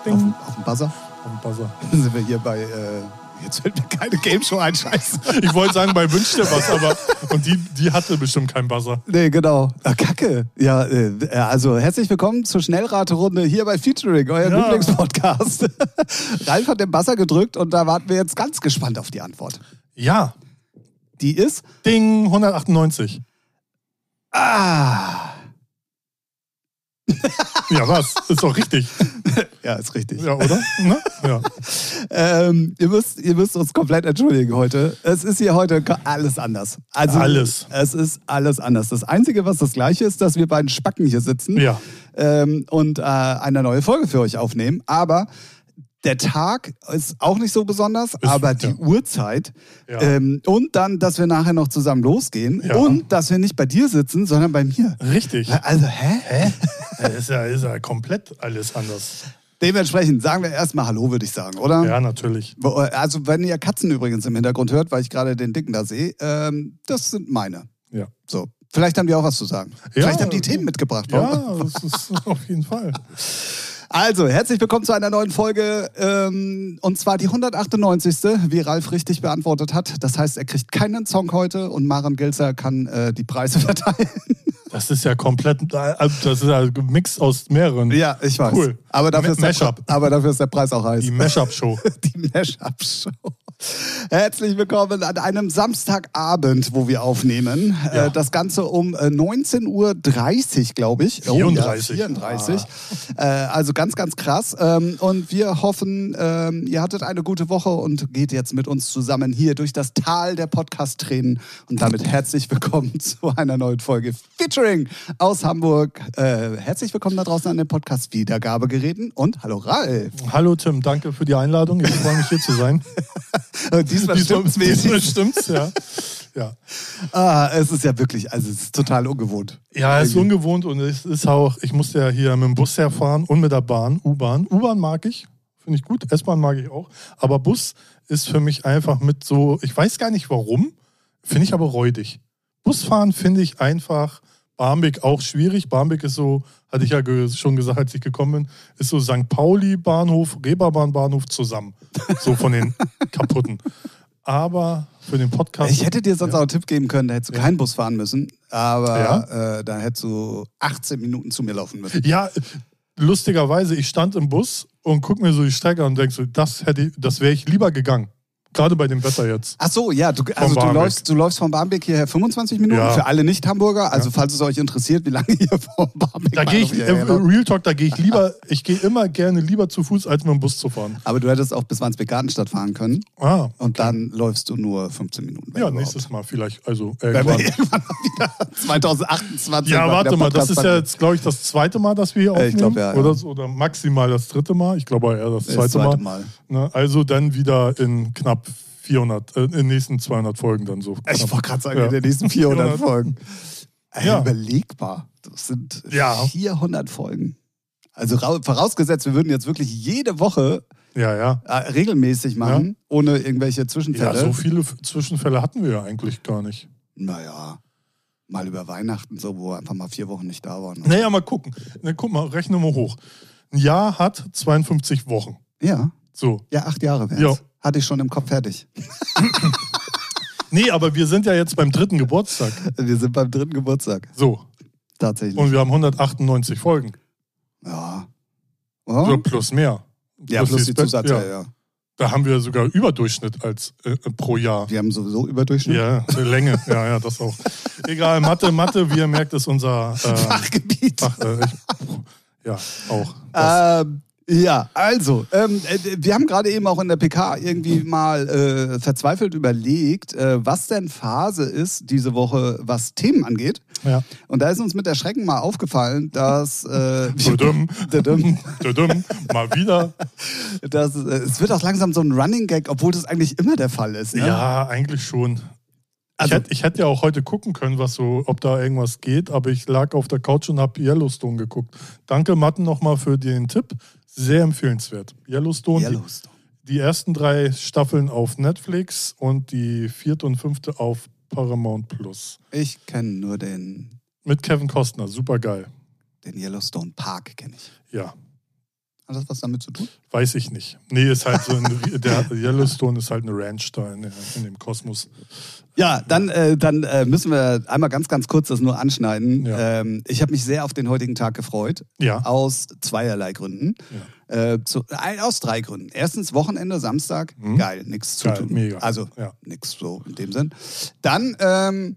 springen. Auf, auf dem Buzzer. Auf den Buzzer. Dann sind wir hier bei. Äh, jetzt fällt mir keine Game Show ein, Scheiße. Ich wollte sagen, bei Wünsch dir was, aber. Und die, die hatte bestimmt keinen Buzzer. Nee, genau. Ah, Kacke. Ja, äh, ja, also herzlich willkommen zur Schnellraterunde hier bei Featuring, euer Ja. Lieblingspodcast. Ralf hat den Buzzer gedrückt und da warten wir jetzt ganz gespannt auf die Antwort. Ja. Die ist. Ding 198. Ah! Ja, was? Ist doch richtig. Ja, ist richtig. Ja, oder? Ne? Ja. Ähm, ihr, müsst, ihr müsst uns komplett entschuldigen heute. Es ist hier heute ka- alles anders. Also, Alles. Es ist alles anders. Das Einzige, was das Gleiche ist, dass wir beiden Spacken hier sitzen Ja. ähm, und äh, eine neue Folge für euch aufnehmen. Aber der Tag ist auch nicht so besonders, aber die ja. Uhrzeit. Ja. Ähm, und dann, dass wir nachher noch zusammen losgehen. Ja. Und dass wir nicht bei dir sitzen, sondern bei mir. Richtig. Also, hä? Hä? Das ist ja, ist ja komplett alles anders. Dementsprechend sagen wir erstmal Hallo, würde ich sagen, oder? Ja, natürlich. Wo- Also, wenn ihr Katzen übrigens im Hintergrund hört, weil ich gerade den Dicken da sehe, ähm, das sind meine. Ja. So. Vielleicht haben die auch was zu sagen. Vielleicht haben die Themen mitgebracht. warum? Ja, das ist auf jeden Fall. Also, herzlich willkommen zu einer neuen Folge. Ähm, und zwar die 198. Wie Ralf richtig beantwortet hat. Das heißt, er kriegt keinen Song heute und Maren Gilzer kann äh, die Preise verteilen. Das ist ja komplett, äh, das ist ja ein Mix aus mehreren. ja, ich weiß. Cool. Aber dafür, Ma- ist der, Pre- Mashup. aber dafür ist der Preis auch heiß. Die Mashup-Show. die Mashup-Show. Herzlich willkommen an einem Samstagabend, wo wir aufnehmen. Ja. Äh, Das Ganze um äh, 19.30 Uhr, glaube ich. Oh, 34. Ja, 34. Äh, Also ganz, ganz krass. Ähm, Und wir hoffen, ähm, ihr hattet eine gute Woche und geht jetzt mit uns zusammen hier durch das Tal der Podcast-Tränen. Und damit herzlich willkommen zu einer neuen Folge Featuring aus Hamburg. Äh, Herzlich willkommen da draußen an den Podcast-Wiedergabegeräten. Und hallo Ralf. Hallo Tim, danke für die Einladung. Ich freue mich hier zu sein. Diesmal stimmt's wenigstens. Diesmal stimmt's, ja. Ja, Ah, es ist ja wirklich, also es ist total ungewohnt. ja es ist ungewohnt und es ist auch, ich musste ja hier mit dem Bus herfahren und mit der Bahn, U-Bahn. U-Bahn mag ich, finde ich gut. S-Bahn mag ich auch. Aber Bus ist für mich einfach mit so, ich weiß gar nicht warum, finde ich aber räudig. Busfahren finde ich einfach, Barmbek auch schwierig. Barmbek ist so, hatte ich ja ge schon gesagt, als ich gekommen bin, ist so St. Pauli-Bahnhof, Reeperbahn-Bahnhof zusammen. So von den kaputten. Aber für den Podcast. Ich hätte dir sonst Ja. auch einen Tipp geben können, da hättest du keinen Bus fahren müssen, aber Ja. äh, da hättest du 18 Minuten zu mir laufen müssen. Ja, lustigerweise, ich stand im Bus und guck mir so die Strecke an und denk so, das hätte ich, das wäre ich lieber gegangen. Gerade bei dem Wetter jetzt. Ach so, ja, du, also du Barmbek. läufst, du läufst vom Barmbek hierher 25 Minuten Ja. für alle Nicht-Hamburger. Also falls es euch interessiert, wie lange ihr vom Barmbek Da gehe ich, äh, hierher lauft. Real Talk, da gehe ich lieber, ich gehe immer gerne lieber zu Fuß, als mit dem Bus zu fahren. Aber du hättest auch bis Wandsbek-Gartenstadt fahren können Ah, und dann läufst du nur 15 Minuten. wenn ja, überhaupt. nächstes Mal vielleicht. Also Wenn wir irgendwann. irgendwann mal wieder 2028. Ja, mal warte wieder mal, das Podcast ist ja jetzt, glaube ich, das zweite Mal, dass wir hier Äh, aufnehmen. ich glaub, ja, ja. oder, so, oder maximal das dritte Mal. Ich glaube eher das Das zweite, zweite Mal. Mal. Ne, also dann wieder in knapp 400, äh, in den nächsten 200 Folgen dann so. Ich wollte gerade sagen, Ja. in den nächsten 400 400. Folgen. Ey, Ja. Überlegbar. Das sind Ja. 400 Folgen. Also rau- vorausgesetzt, wir würden jetzt wirklich jede Woche Ja, ja. äh, regelmäßig machen, ohne irgendwelche Ja, Zwischenfälle. so viele F- Zwischenfälle hatten wir ja eigentlich gar nicht. naja, mal über Weihnachten so, wo wir einfach mal vier Wochen nicht da waren. Naja, mal gucken. Na, guck mal, rechne mal hoch. Ein Jahr hat 52 Wochen. Ja, So. ja, acht Jahre wären Ja. Hatte ich schon im Kopf fertig. Nee, aber wir sind ja jetzt beim dritten Geburtstag. Wir sind beim dritten Geburtstag, So. tatsächlich. Und wir haben 198 Folgen. ja. Oder Oder? plus mehr. Ja, plus die Spe- Zusatz, ja. ja. ja. Da haben wir sogar Überdurchschnitt als äh, äh, pro Jahr. Wir haben sowieso Überdurchschnitt. Ja, die Länge. Ja, ja, das auch. Egal, Mathe, Mathe, wie ihr merkt, ist unser äh, Fachgebiet. Fach. Äh, ich, ja, auch. Das. Ähm, ja, also, ähm, äh, wir haben gerade eben auch in der PK irgendwie mal äh, verzweifelt überlegt, äh, was denn Phase ist diese Woche, was Themen angeht. Ja. Und da ist uns mit Erschrecken mal aufgefallen, dass, äh, Dödüm, Dödüm. dödüm, mal wieder. dass äh, es wird auch langsam so ein Running Gag, obwohl das eigentlich immer der Fall ist. Ne? Ja, eigentlich schon. Also- ich, hätte, ich hätte ja auch heute gucken können, was so, ob da irgendwas geht, aber ich lag auf der Couch und habe Yellowstone geguckt. Danke, Matten, nochmal für den Tipp. Sehr empfehlenswert. Yellowstone, Yellowstone. Die, die ersten drei Staffeln auf Netflix und die vierte und fünfte auf Paramount Plus. Ich kenne nur den, Mit Kevin Costner, super geil. den Yellowstone Park, kenne ich. Ja. Hat das was damit zu tun? Weiß ich nicht. Nee, ist halt so, ein, der Yellowstone ist halt eine Ranch da in, der- in dem Kosmos. Ja, dann, äh, dann äh, müssen wir einmal ganz, ganz kurz das nur anschneiden. Ja. Ähm, ich habe mich sehr auf den heutigen Tag gefreut. Ja. Aus zweierlei Gründen. Äh, zu, ein- aus drei Gründen. Erstens, Wochenende, Samstag, geil, nichts zu Mhm. Geil, tun. mega. Also Ja. nichts so in dem Sinn. Dann, ähm,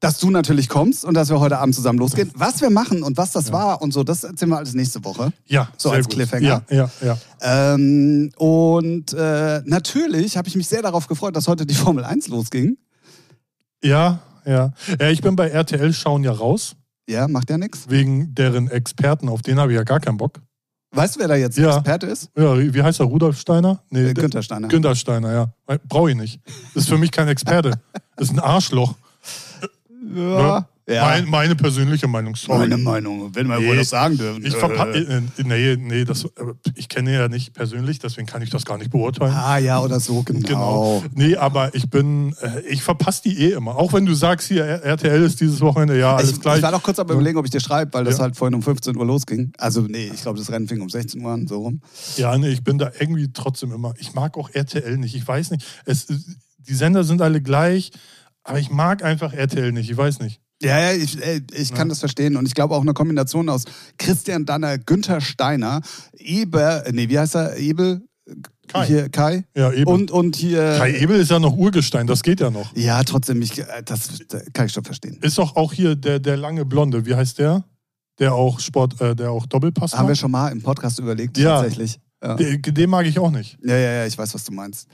dass du natürlich kommst und dass wir heute Abend zusammen losgehen. Was wir machen und was das war und so, das erzählen wir alles nächste Woche. Ja, So sehr als gut. Cliffhanger. Ja, ja, ja. Ähm, und äh, natürlich habe ich mich sehr darauf gefreut, dass heute die Formel 1 losging. Ja, ja. ja ich bin bei RTL schauen ja raus, Ja, macht ja nichts. wegen deren Experten, auf den habe ich ja gar keinen Bock. Weißt du, wer da jetzt Ja. Experte ist? Ja, wie heißt er? Rudolf Steiner? Nee, Äh, der- Günther Steiner. Günther Steiner, ja. Brauche ich nicht. Ist für mich kein Experte. Ist ein Arschloch. ja. Ne? Mein, meine persönliche Meinung, sorry. Meine Meinung, wenn wir Nee. wohl das sagen dürfen. ich verpa- äh, nee, nee, das, äh, ich kenne ihn ja nicht persönlich, deswegen kann ich das gar nicht beurteilen. Ah ja, oder so, genau. Nee, aber ich bin, äh, ich verpasse die eh immer. Auch wenn du sagst, hier R- RTL ist dieses Wochenende, ja, alles Ich, gleich. Also ich war doch kurz am überlegen, ob ich dir schreibe, weil das Ja. halt vorhin um 15 Uhr losging. Also nee, ich glaube, das Rennen fing um 16 Uhr an, so rum. Ja, nee, ich bin da irgendwie trotzdem immer. Ich mag auch RTL nicht. Ich weiß nicht. Es, die Sender sind alle gleich, aber ich mag einfach RTL nicht. Ich weiß nicht. Ja, ja, ich, äh, ich kann das verstehen. Und ich glaube auch eine Kombination aus Christian Danner, Günther Steiner, Eber, nee, wie heißt er? Ebel? Kai. Hier, Kai. Ja, Ebel. Und, äh, und hier. Kai Ebel ist ja noch Urgestein, das geht ja noch. Ja, trotzdem, ich, äh, das äh, kann ich schon verstehen. Ist doch auch hier der, der lange Blonde, wie heißt der? Der auch Sport, äh, der auch Doppelpass Haben wir macht. schon mal im Podcast überlegt, Ja. tatsächlich. Ja. Den, den mag ich auch nicht. ja, ja, ja, ich weiß, was du meinst.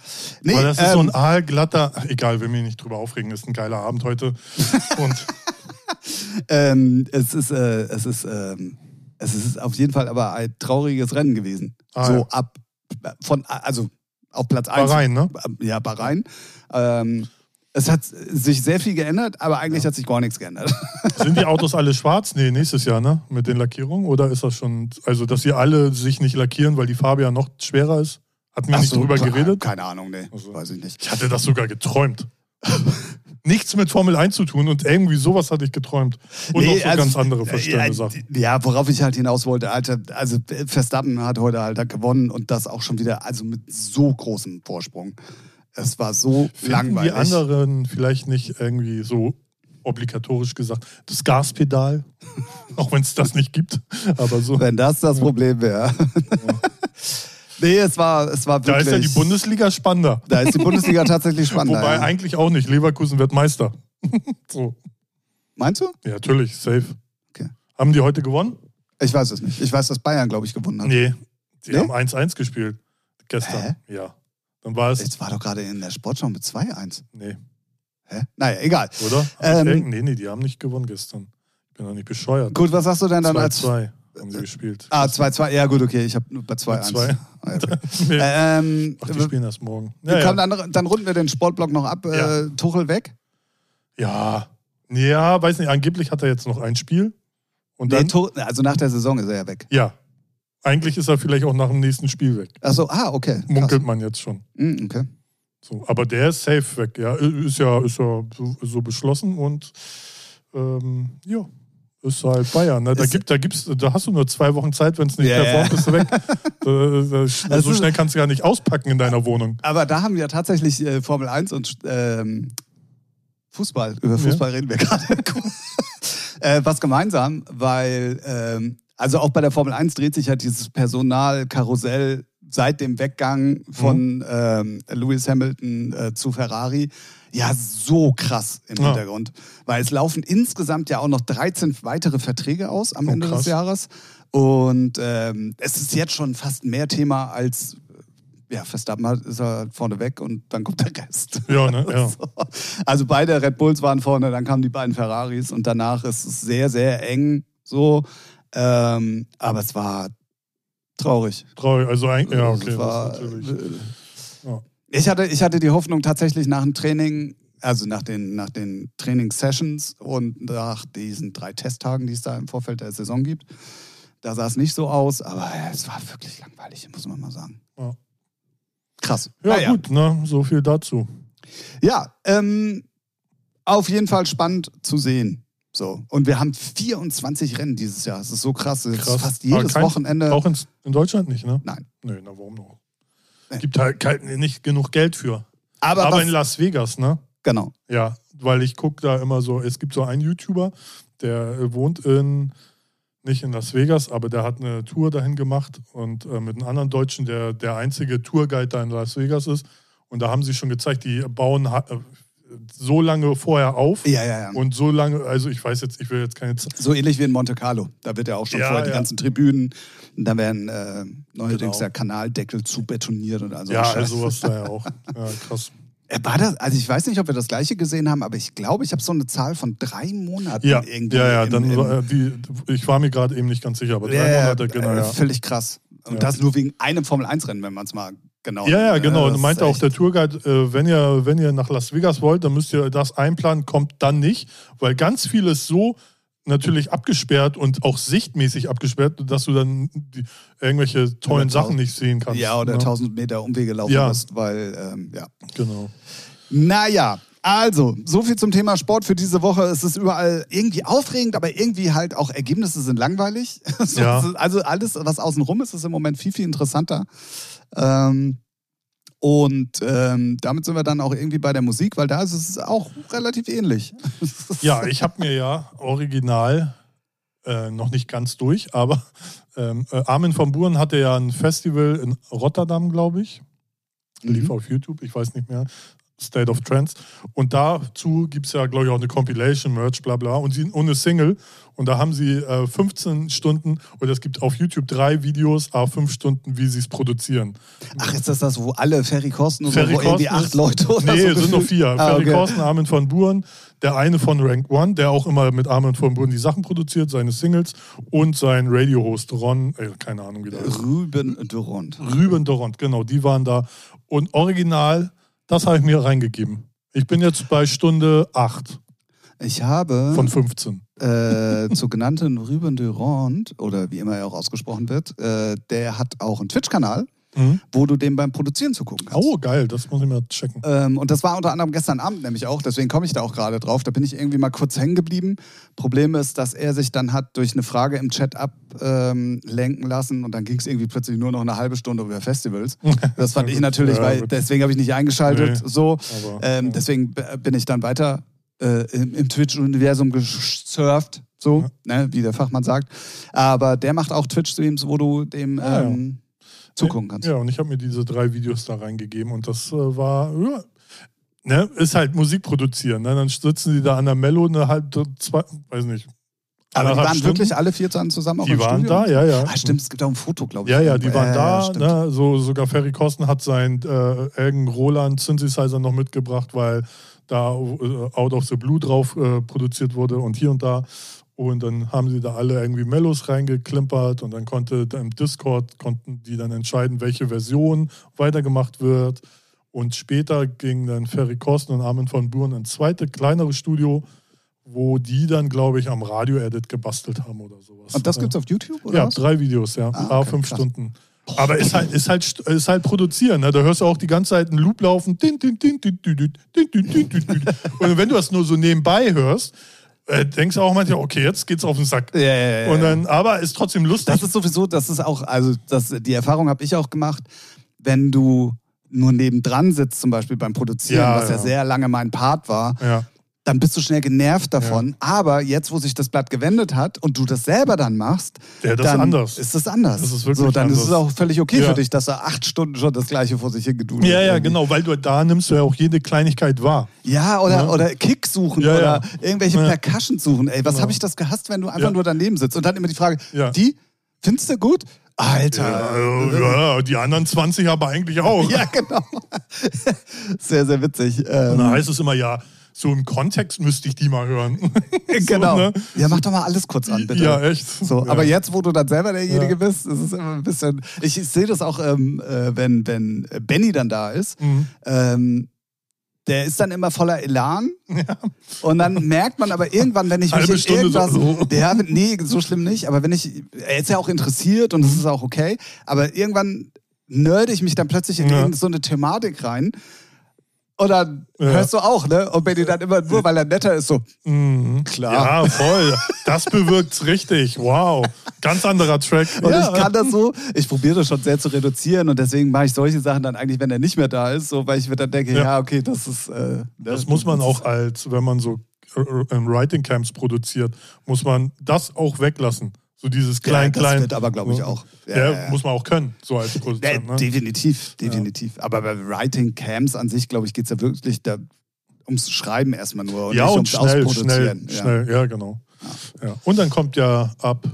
Nee, Weil das ist ähm, so ein aalglatter, ach, egal, will mich nicht drüber aufregen, ist ein geiler Abend heute. Und ähm, es ist, äh, es ist, ähm, es ist auf jeden Fall aber ein trauriges Rennen gewesen. Ah, so ja. ab von, also auf Platz 1. Bahrain, ne? Ja, Bahrain. Ähm, es hat sich sehr viel geändert, aber eigentlich hat sich gar nichts geändert. Sind die Autos alle schwarz? Nee, nächstes Jahr, ne? Mit den Lackierungen? Oder ist das schon, also dass sie alle sich nicht lackieren, weil die Farbe ja noch schwerer ist? Hatten wir nicht Ach so, drüber ke- geredet? Keine Ahnung, nee. so. Weiß ich nicht. Ich hatte das sogar geträumt. Nichts mit Formel 1 zu tun und irgendwie sowas hatte ich geträumt. Und nee, noch so also, ganz andere äh, verstörende Sachen. Ja, worauf ich halt hinaus wollte, Alter, also äh, Verstappen hat heute halt gewonnen und das auch schon wieder, also mit so großem Vorsprung. Es war so Finden die langweilig. anderen vielleicht nicht irgendwie so obligatorisch gesagt, das Gaspedal, auch wenn es das nicht gibt, aber so. Wenn das das Problem wäre. nee, es war, es war Da wirklich. ist ja die Bundesliga spannender. Da ist die Bundesliga tatsächlich spannender. Wobei ja. eigentlich auch nicht. Leverkusen wird Meister. so. Meinst du? Ja, natürlich, safe. Okay. Haben die heute gewonnen? Ich weiß es nicht. Ich weiß, dass Bayern, glaube ich, gewonnen hat. Nee. Die Nee? haben 1-1 gespielt. Gestern. Ja. Dann war es. Jetzt war doch gerade in der Sportschau mit 2-1. Nee, Hä? Naja, egal. oder? Ähm. Ähm, nee, nee, die haben nicht gewonnen gestern. Ich bin doch nicht bescheuert. Gut, was sagst du denn dann als. 2-2 haben sie gespielt. Ah, 2-2. Ja, gut, okay. Ich habe nur bei 2-1. Zwei. Ah, okay. Nee. ähm, Ach, die spielen erst morgen. wir Ja, kommen ja. Dann, dann runden wir den Sportblock noch ab. Äh, Tuchel weg. ja. Ja, weiß nicht, angeblich hat er jetzt noch ein Spiel. Und Nee, dann. Tuchel, also nach der Saison ist er ja weg. ja. Eigentlich ist er vielleicht auch nach dem nächsten Spiel weg. Achso, ah, okay. krass. Munkelt man jetzt schon. Hm, okay. So, aber der ist safe weg, ja. Ist ja, ist ja so, so beschlossen und ähm, ja, ist halt Bayern. Ne? Da, Ist- gibt, da, gibt's, da hast du nur zwei Wochen Zeit, wenn es nicht Ja, Also performt, ja. bist du weg. da, da, Das so ist- schnell kannst du gar nicht auspacken in deiner Wohnung. Aber da haben wir tatsächlich äh, Formel 1 und ähm, Fußball, über Fußball reden wir gerade, äh, was gemeinsam, weil, ähm, also auch bei der Formel 1 dreht sich halt dieses Personalkarussell seit dem Weggang von ähm, Lewis Hamilton äh, zu Ferrari ja so krass im Ja. Hintergrund, weil es laufen insgesamt ja auch noch 13 weitere Verträge aus am Oh, Ende krass. des Jahres und ähm, es ist jetzt schon fast mehr Thema als ja, Verstappen hat, ist er vorne weg und dann kommt der Rest. Ja, ne? Ja. So. Also beide Red Bulls waren vorne, dann kamen die beiden Ferraris und danach ist es sehr, sehr eng so. Ähm, aber es war traurig. Traurig. Also ein, ja, okay, es war, äh, das ist natürlich. Ja. ich, hatte, ich hatte die Hoffnung tatsächlich nach dem Training, also nach den, nach den Training-Sessions und nach diesen drei Testtagen, die es da im Vorfeld der Saison gibt, da sah es nicht so aus, aber es war wirklich langweilig, muss man mal sagen. Ja. Krass. Ja, Naja. gut, ne? so viel dazu. Ja, ähm, auf jeden Fall spannend zu sehen. So. Und wir haben 24 Rennen dieses Jahr. Es ist so krass. Es ist Krass. fast Aber jedes kein- Wochenende. Auch in, in Deutschland nicht, ne? Nein. Nö, na warum noch? Nee. Gibt halt kein, nicht genug Geld für. Aber, Aber was, in Las Vegas, ne? genau. Ja, weil ich gucke da immer so, es gibt so einen YouTuber, der äh, wohnt in, nicht in Las Vegas, aber der hat eine Tour dahin gemacht und äh, mit einem anderen Deutschen, der der einzige Tourguide da in Las Vegas ist. Und da haben sie schon gezeigt, die bauen ha- äh, so lange vorher auf Ja, ja, ja. und so lange, also ich weiß jetzt, ich will jetzt keine Zeit. So ähnlich wie in Monte Carlo. Da wird ja auch schon Ja, vorher die ja. ganzen Tribünen. Und da werden äh, neuerdings Genau. der Kanaldeckel zu betoniert und also Ja, also was da ja auch. Ja, krass. War das, also ich weiß nicht, ob wir das gleiche gesehen haben, aber ich glaube, ich habe so eine Zahl von drei Monaten Ja, irgendwie. ja, ja, im- dann, im- äh, die, ich war mir gerade eben nicht ganz sicher, aber drei Ja, ja, Monate, genau, äh, ja. Völlig krass. Und Ja. das nur wegen einem Formel-1-Rennen, wenn man es mal genau. Ja, ja, genau. das Und ist meinte auch echt- der Tourguide, äh, wenn, ihr, wenn ihr nach Las Vegas wollt, dann müsst ihr das einplanen, kommt dann nicht, weil ganz viel ist so natürlich abgesperrt und auch sichtmäßig abgesperrt, dass du dann die, irgendwelche tollen tausend- Sachen nicht sehen kannst. Ja, oder ne? 1000 Meter Umwege laufen Ja. musst, weil, ähm, ja. Genau. Naja, also, so viel zum Thema Sport für diese Woche. Es ist überall irgendwie aufregend, aber irgendwie halt auch Ergebnisse sind langweilig. So, Ja. es ist- Also alles, was außenrum ist, ist im Moment viel, viel interessanter. Ähm, und ähm, damit sind wir dann auch irgendwie bei der Musik, weil da ist es auch relativ ähnlich. Ja, ich habe mir ja original äh, noch nicht ganz durch, aber ähm, äh, Armin von Buren hatte ja ein Festival in Rotterdam, glaube ich. lief Mhm. auf YouTube, ich weiß nicht mehr. State of Trends. Und dazu gibt es ja, glaube ich, auch eine Compilation, Merch, bla bla. Und, sie, und eine Single. Und da haben sie äh, 15 Stunden, oder es gibt auf YouTube drei Videos, a 5 Stunden, wie sie es produzieren. Ach, ist das das, wo alle Ferry Kosten und Ferry so, wo irgendwie Corsten acht ist- Leute oder Nee, so? es sind noch gefühlt- vier. Ah, Ferry okay. Corsten, Armin von Buren, der eine von Rank One, der auch immer mit Armin von Buren die Sachen produziert, seine Singles und sein Radio-Host Ron, äh, keine Ahnung wie der ist. Rüben Durand. Rüben Dorant, genau, die waren da. Und original, das habe ich mir reingegeben. Ich bin jetzt bei Stunde 8 Ich habe von 15. äh, zu genannten Ruben Durand, oder wie immer er auch ausgesprochen wird, äh, der hat auch einen Twitch-Kanal, Mhm. wo du dem beim Produzieren zugucken kannst. Oh, geil, das muss ich mal checken. Ähm, und das war unter anderem gestern Abend nämlich auch, deswegen komme ich da auch gerade drauf. Da bin ich irgendwie mal kurz hängen geblieben. Problem ist, dass er sich dann hat durch eine Frage im Chat ablenken lassen und dann ging es irgendwie plötzlich nur noch eine halbe Stunde über Festivals. Das fand ich natürlich, Ja, weil gut. deswegen habe ich nicht eingeschaltet. So. Aber, Ähm, ja. deswegen b- bin ich dann weiter äh, im, im Twitch-Universum gesurft, so, ne, wie der Fachmann sagt. Aber der macht auch Twitch-Streams, wo du dem Ah, ja. ähm, zugucken kannst. Ja, und ich habe mir diese drei Videos da reingegeben und das äh, war, ja, ne, ist halt Musik produzieren. Ne? Dann sitzen die da an der Mello eine halbe, zwei, weiß nicht. Aber die anderthalb waren Stunden. wirklich alle 24 zusammen auch Die im waren Studio? da, ja, ja. Ah, stimmt, es gibt auch ein Foto, glaube ich. äh, Ja, ja, die waren da. stimmt. ne? so, sogar Ferry Kosten hat seinen äh, Elgen Roland Synthesizer noch mitgebracht, weil da äh, Out of the Blue drauf äh, produziert wurde und hier und da. Und dann haben sie da alle irgendwie Mellos reingeklimpert und dann konnte da im Discord konnten die dann entscheiden, welche Version weitergemacht wird. Und später gingen dann Ferry Kosten und Armin von Buren ins zweite, kleinere Studio, wo die dann, glaube ich, am Radio-Edit gebastelt haben oder sowas. Und das Ja. gibt's auf YouTube, oder Ja, was? drei Videos, ja. Ah, okay, Ah, fünf krass. Stunden. Aber ist halt, ist halt, ist halt produzieren. Ne? Da hörst du auch die ganze Zeit einen Loop laufen. Din, din, din, din, din, din, din, din, din, din, din. Und wenn du das nur so nebenbei hörst, äh, denkst du auch manchmal, okay, jetzt geht's auf den Sack. Ja, ja, ja. Und dann, aber ist trotzdem lustig. Das ist sowieso, das ist auch, also das, die Erfahrung habe ich auch gemacht, wenn du nur nebendran sitzt, zum Beispiel beim Produzieren, Ja, was ja, ja. sehr lange mein Part war, ja. dann bist du schnell genervt davon. Aber jetzt, wo sich das Blatt gewendet hat und du das selber dann machst, Ja, das ist dann anders. ist es anders. Das ist wirklich so, dann ist es anders. auch völlig okay Ja. für dich, dass er acht Stunden schon das Gleiche vor sich hingedudelt ja, ja, irgendwie. genau, weil du da nimmst du ja auch jede Kleinigkeit wahr. Ja, oder, Ja. oder Kick suchen Ja, oder ja. irgendwelche Ja. Percussions suchen. Ey, was Ja. habe ich das gehasst, wenn du einfach Ja. nur daneben sitzt und dann immer die Frage, Ja. die findest du gut? Alter. Ja, oh ja, die anderen 20 aber eigentlich auch. Ja, genau. Sehr, sehr witzig. Und Ähm, dann heißt es immer, ja, so im Kontext müsste ich die mal hören. genau. ne? Ja, mach doch mal alles kurz an, bitte. Ja, echt. So, ja. aber jetzt, wo du dann selber derjenige Ja. bist, ist es immer ein bisschen. Ich sehe das auch, ähm, äh, wenn, wenn Benny dann da ist. Mhm. Ähm, der ist dann immer voller Elan. Und dann merkt man aber irgendwann, wenn ich mich Halbe in Stunde irgendwas. so. Ja, wenn- nee, so schlimm nicht. Aber wenn ich. Er ist ja auch interessiert und das ist auch okay. Aber irgendwann nörde ich mich dann plötzlich in Ja. irgend so eine Thematik rein. Und dann Ja. hörst du auch, ne? Und Benny dann immer nur, weil er netter ist, so, Mhm. Klar. Ja, voll. Das bewirkt's richtig. Wow. Ganz anderer Track. Und Ja. ich kann das so, ich probiere das schon sehr zu reduzieren und deswegen mache ich solche Sachen dann eigentlich, wenn er nicht mehr da ist, so, weil ich mir dann denke, ja, Ja. okay, das ist. Äh, Das muss man auch als, wenn man so äh, äh, Writing Camps produziert, muss man das auch weglassen. So dieses Ja, klein, das klein. wird aber, glaub ich, auch. Ja, Ja, ja, ja. muss man auch können, so als Ne, Produzent. Ne? definitiv, definitiv. Aber bei Writing Camps an sich, glaube ich, geht es ja wirklich da ums Schreiben erstmal nur und Ja, nicht und ums schnell, schnell, Ausproduzieren. ja. schnell. Ja, genau. Ja. Und dann kommt ja ab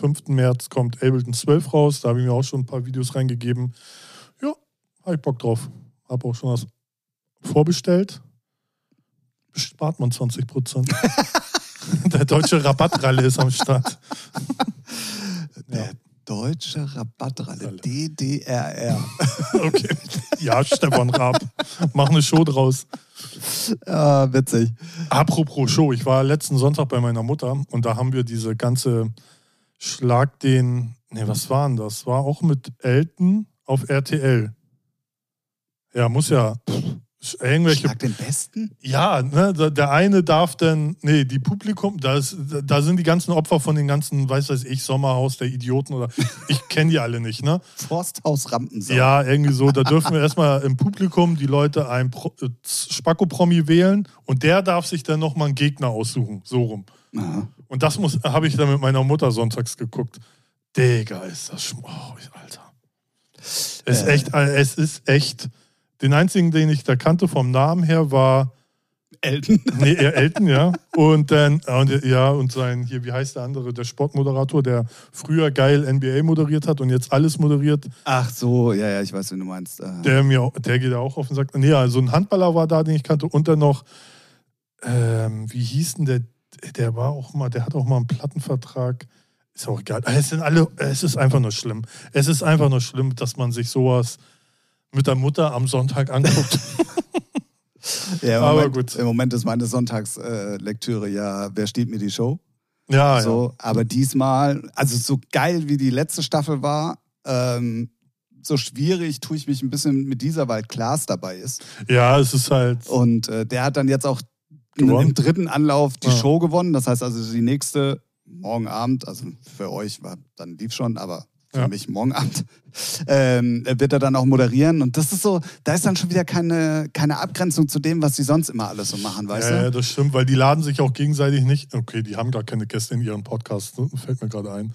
5. März kommt Ableton 12 raus. Da habe ich mir auch schon ein paar Videos reingegeben. Ja, habe ich Bock drauf. Habe auch schon was vorbestellt. Spart man 20 Prozent. Der deutsche Rabattralle ist am Start. Der deutsche Rabattralle, DDRR. Okay. Ja, Stefan Raab. Mach eine Show draus. ah, witzig. Apropos Show, ich war letzten Sonntag bei meiner Mutter und da haben wir diese ganze Schlag den. Nee, was war denn das? War auch mit Elton auf RTL. Ja, muss ja. pff, Irgendwelche. Schlag den Besten? Ja, ne, da- der eine darf dann, nee, die Publikum, da, ist, da sind die ganzen Opfer von den ganzen, weiß weiß ich, Sommerhaus der Idioten oder ich kenne die alle nicht, ne? Forsthaus Rampensau. Ja, irgendwie so. Da dürfen wir erstmal im Publikum die Leute einen Pro äh, Spacko-Promi wählen und der darf sich dann nochmal einen Gegner aussuchen. So rum. Aha. Und das muss habe ich dann mit meiner Mutter sonntags geguckt. Digga, ist das schon. Oh, ich- Alter. Es ist Äh. echt, äh, es ist echt. Den einzigen, den ich da kannte vom Namen her, war Elton. nee, eher Elton, ja. Und dann, äh, und, ja, und sein, hier, wie heißt der andere, der Sportmoderator, der früher geil NBA moderiert hat und jetzt alles moderiert, Ach so, ja, ja, ich weiß, wen du meinst. Äh, Der, mir, auch- der geht ja auch auf den Sack. Nee, also ein Handballer war da, den ich kannte. Und dann noch, ähm, wie hieß denn der? Der war auch mal, der hat auch mal einen Plattenvertrag. Ist auch egal. Es sind alle, es ist einfach nur schlimm. Es ist einfach nur schlimm, dass man sich sowas mit der Mutter am Sonntag anguckt. ja, im aber Moment, gut. Im Moment ist meine Sonntagslektüre äh, Lektüre ja, wer steht mir die Show? Ah, ja, ja. So, aber diesmal, also so geil wie die letzte Staffel war, ähm, so schwierig tue ich mich ein bisschen mit dieser, weil Klaas dabei ist. Ja, es ist halt. Und äh, der hat dann jetzt auch Gewonnen. Ah. im dritten Anlauf die Ja. Show gewonnen. Das heißt also, die nächste morgen Abend, also für euch war dann lief schon, aber für Ja. mich morgen Abend, ähm, wird er dann auch moderieren. Und das ist so, da ist dann schon wieder keine, keine Abgrenzung zu dem, was die sonst immer alles so machen, weißt ja, du? ja, das stimmt, weil die laden sich auch gegenseitig nicht. Okay, die haben gar keine Gäste in ihrem Podcast, ne? fällt mir gerade ein.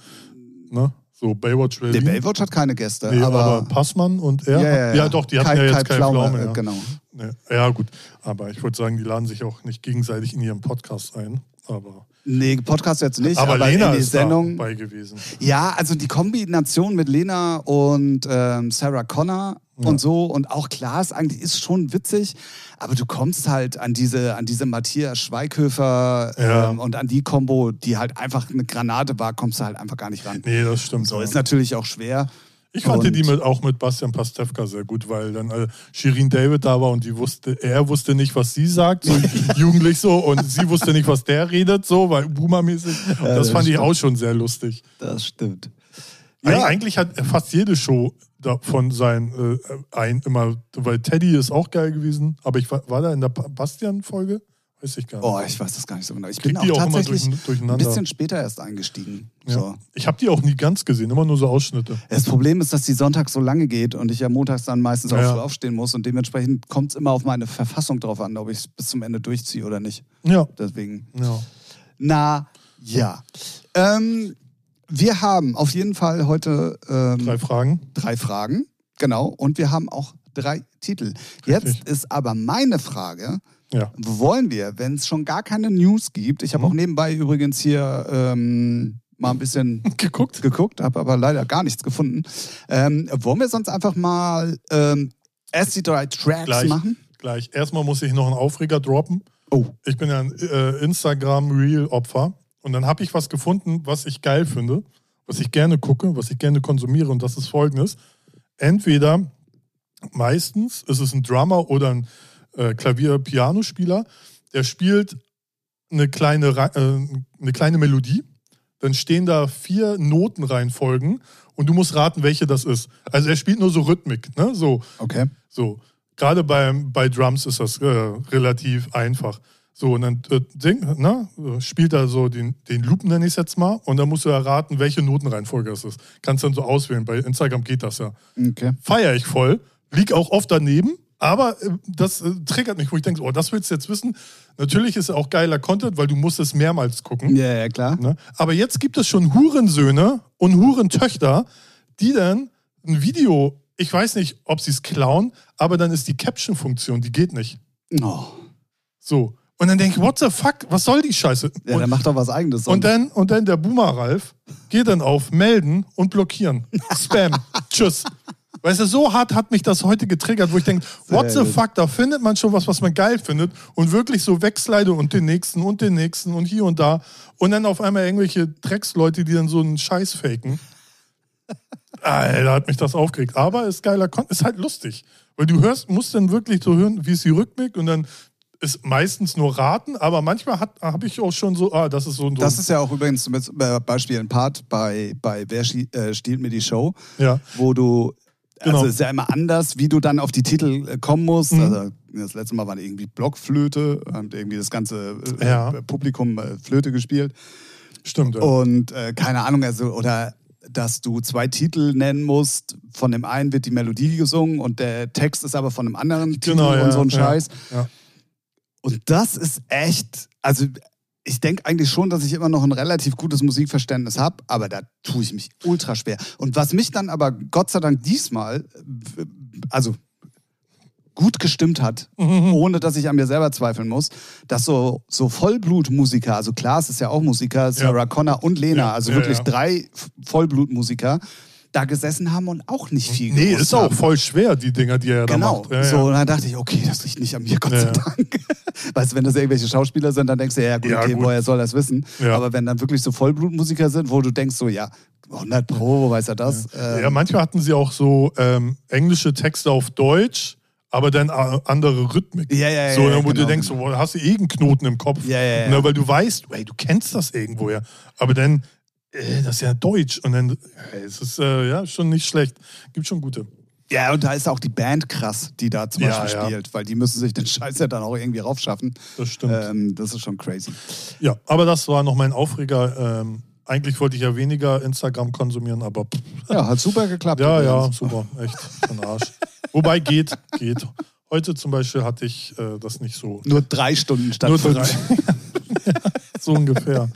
Ne? So, Baywatch Der Berlin. Baywatch hat keine Gäste, Mhm. nee, aber, aber, Passmann und er. ja, doch, die hatten ja jetzt keinen Pflaume. äh, ja. Genau. Ja, ja, gut. Aber ich würde sagen, die laden sich auch nicht gegenseitig in ihren Podcast ein. Aber, Nee, Podcast jetzt nicht, aber, aber Lena in die ist Sendung. dabei gewesen. Ja, also die Kombination mit Lena und ähm, Sarah Connor und so und auch Klaas eigentlich ist schon witzig, aber du kommst halt an diese, an diese Matthias Schweighöfer Ja. ähm, und an die Combo, die halt einfach eine Granate war, kommst du halt einfach gar nicht ran. Nee, das stimmt. So ja. ist natürlich auch schwer. ich fand die Und- mit, auch mit Bastian Pastewka sehr gut, weil dann äh, Shirin David da war und die wusste, er wusste nicht, was sie sagt, so jugendlich so, und sie wusste nicht, was der redet, so, weil Boomer-mäßig. Und Ja, das das fand ich stimmt. auch schon sehr lustig. Das stimmt. Eig- Ja. Eigentlich hat fast jede Show davon sein äh, ein immer, weil Teddy ist auch geil gewesen, aber ich war, war da in der Pa- Bastian-Folge? Weiß ich gar nicht. Oh, ich weiß das gar nicht so genau. Ich bin Kriegt auch die auch immer tatsächlich durchn- ein durcheinander. bisschen später erst eingestiegen. Ja. So. Ich habe die auch nie ganz gesehen, immer nur so Ausschnitte. Das Problem ist, dass die Sonntag so lange geht und ich ja montags dann meistens auch Ja. früh aufstehen muss und dementsprechend kommt es immer auf meine Verfassung drauf an, ob ich es bis zum Ende durchziehe oder nicht. Ja. Deswegen, ja. na ja. Ähm, wir haben auf jeden Fall heute ähm, Drei drei. Fragen. Fragen, genau, und wir haben auch drei Titel. Jetzt ist aber meine Frage, Ja. wollen wir, wenn es schon gar keine News gibt, ich habe Mhm. auch nebenbei übrigens hier ähm, mal ein bisschen Geguckt? geguckt, habe aber leider gar nichts gefunden. Ähm, wollen wir sonst einfach mal ähm, erst die drei Tracks Gleich. machen? Gleich. Erstmal muss ich noch einen Aufreger droppen. Oh, Ich bin ja ein äh, Instagram-Real-Opfer und dann habe ich was gefunden, was ich geil finde, was ich gerne gucke, was ich gerne konsumiere und das ist folgendes. Entweder meistens ist es ein Drummer oder ein äh, Klavier-Pianospieler, der spielt eine kleine, Ra- äh, eine kleine Melodie, dann stehen da vier Notenreihenfolgen und du musst raten, welche das ist. Also er spielt nur so Rhythmik, ne? So, okay. so. Gerade bei, bei Drums ist das äh, relativ einfach. So, und dann äh, singt, ne, spielt er so den, den Loop, nenne ich es jetzt mal, und dann musst du erraten, welche Notenreihenfolge es ist. Kannst dann so auswählen. Bei Instagram geht das ja. Okay. Feiere ich voll, lieg auch oft daneben, aber äh, das äh, triggert mich, wo ich denke, oh, das willst du jetzt wissen. Natürlich ist auch geiler Content, weil du musst es mehrmals gucken. Ja, ja, klar. Ne? Aber jetzt gibt es schon Hurensöhne und Hurentöchter, die dann ein Video, ich weiß nicht, ob sie es klauen, aber dann ist die Caption-Funktion, die geht nicht. Oh. So. Und dann denke ich, what the fuck, was soll die Scheiße? Ja, der und, macht doch was Eigenes. und dann, und dann der Boomer Ralf geht dann auf melden und blockieren. Spam. Tschüss. Weißt du, so hart hat mich das heute getriggert, wo ich denke, what Sehr the gut. fuck, da findet man schon was, was man geil findet und wirklich so wegslide und den nächsten und den nächsten und hier und da und dann auf einmal irgendwelche Drecksleute, die dann so einen Scheiß faken. Alter, hat mich das aufgeregt. Aber ist geiler Content, ist halt lustig. Weil du hörst, musst dann wirklich so hören, wie ist die Rhythmik und dann ist meistens nur raten, aber manchmal habe ich auch schon so, ah, das ist so ein. das ist ja auch übrigens zum äh, Beispiel ein Part bei, bei Wer schie- äh, stiehlt mir die Show, ja. wo du, Genau. Mhm. also ist ja immer anders, wie du dann auf die Titel äh, kommen musst. Also das letzte Mal war irgendwie Blockflöte, haben irgendwie das ganze äh, Ja. Publikum äh, Flöte gespielt. Stimmt, ja. Und äh, keine Ahnung, also, oder dass du zwei Titel nennen musst. Von dem einen wird die Melodie gesungen und der Text ist aber von einem anderen Genau, Titel ja, und so ein ja, Scheiß. ja. Und das ist echt, also ich denke eigentlich schon, dass ich immer noch ein relativ gutes Musikverständnis habe, aber da tue ich mich ultra schwer. Und was mich dann aber Gott sei Dank diesmal, äh, also gut gestimmt hat, Mhm. ohne dass ich an mir selber zweifeln muss, dass so, so Vollblutmusiker, also Klaas ist ja auch Musiker, Sarah Connor und Lena, Ja, also ja, wirklich ja. drei F- Vollblutmusiker, da gesessen haben und auch nicht viel Mhm. Nee, gewusst ist auch haben. voll schwer, die Dinger, die er Genau. da macht. Ja, ja. So, und dann dachte ich, okay, das liegt nicht an mir, Gott Ja, sei ja. Dank. Weißt du, wenn das irgendwelche Schauspieler sind, dann denkst du, ja, gut, Ja, okay, gut. woher soll das wissen? Ja. Aber wenn dann wirklich so Vollblutmusiker sind, wo du denkst, so, ja, 100 Pro, wo weiß er das? Ähm, Ja, manchmal hatten sie auch so ähm, englische Texte auf Deutsch, aber dann a- andere Rhythmik. Ja, ja, ja, So, ja, dann, wo genau, du denkst, so, boah, hast du eh einen Knoten im Kopf. Ja, ja, ja. Na, weil du weißt, ey, du kennst das irgendwoher. Aber dann, äh, das ist ja Deutsch. Und dann, äh, es ist äh, ja schon nicht schlecht. Gibt schon gute. ja, und da ist auch die Band krass, die da zum Ja, Beispiel ja. spielt, weil die müssen sich den Scheiß ja dann auch irgendwie raufschaffen. Das stimmt. Ähm, das ist schon crazy. Ja, aber das war noch mein Aufreger. Ähm, eigentlich wollte ich ja weniger Instagram konsumieren, aber pff, Ja, hat super geklappt. Ja, ja, übrigens. super. Echt, ein Arsch. Wobei geht, geht. Heute zum Beispiel hatte ich äh, das nicht so. Nur drei Stunden statt Nur fünf. drei. so ungefähr.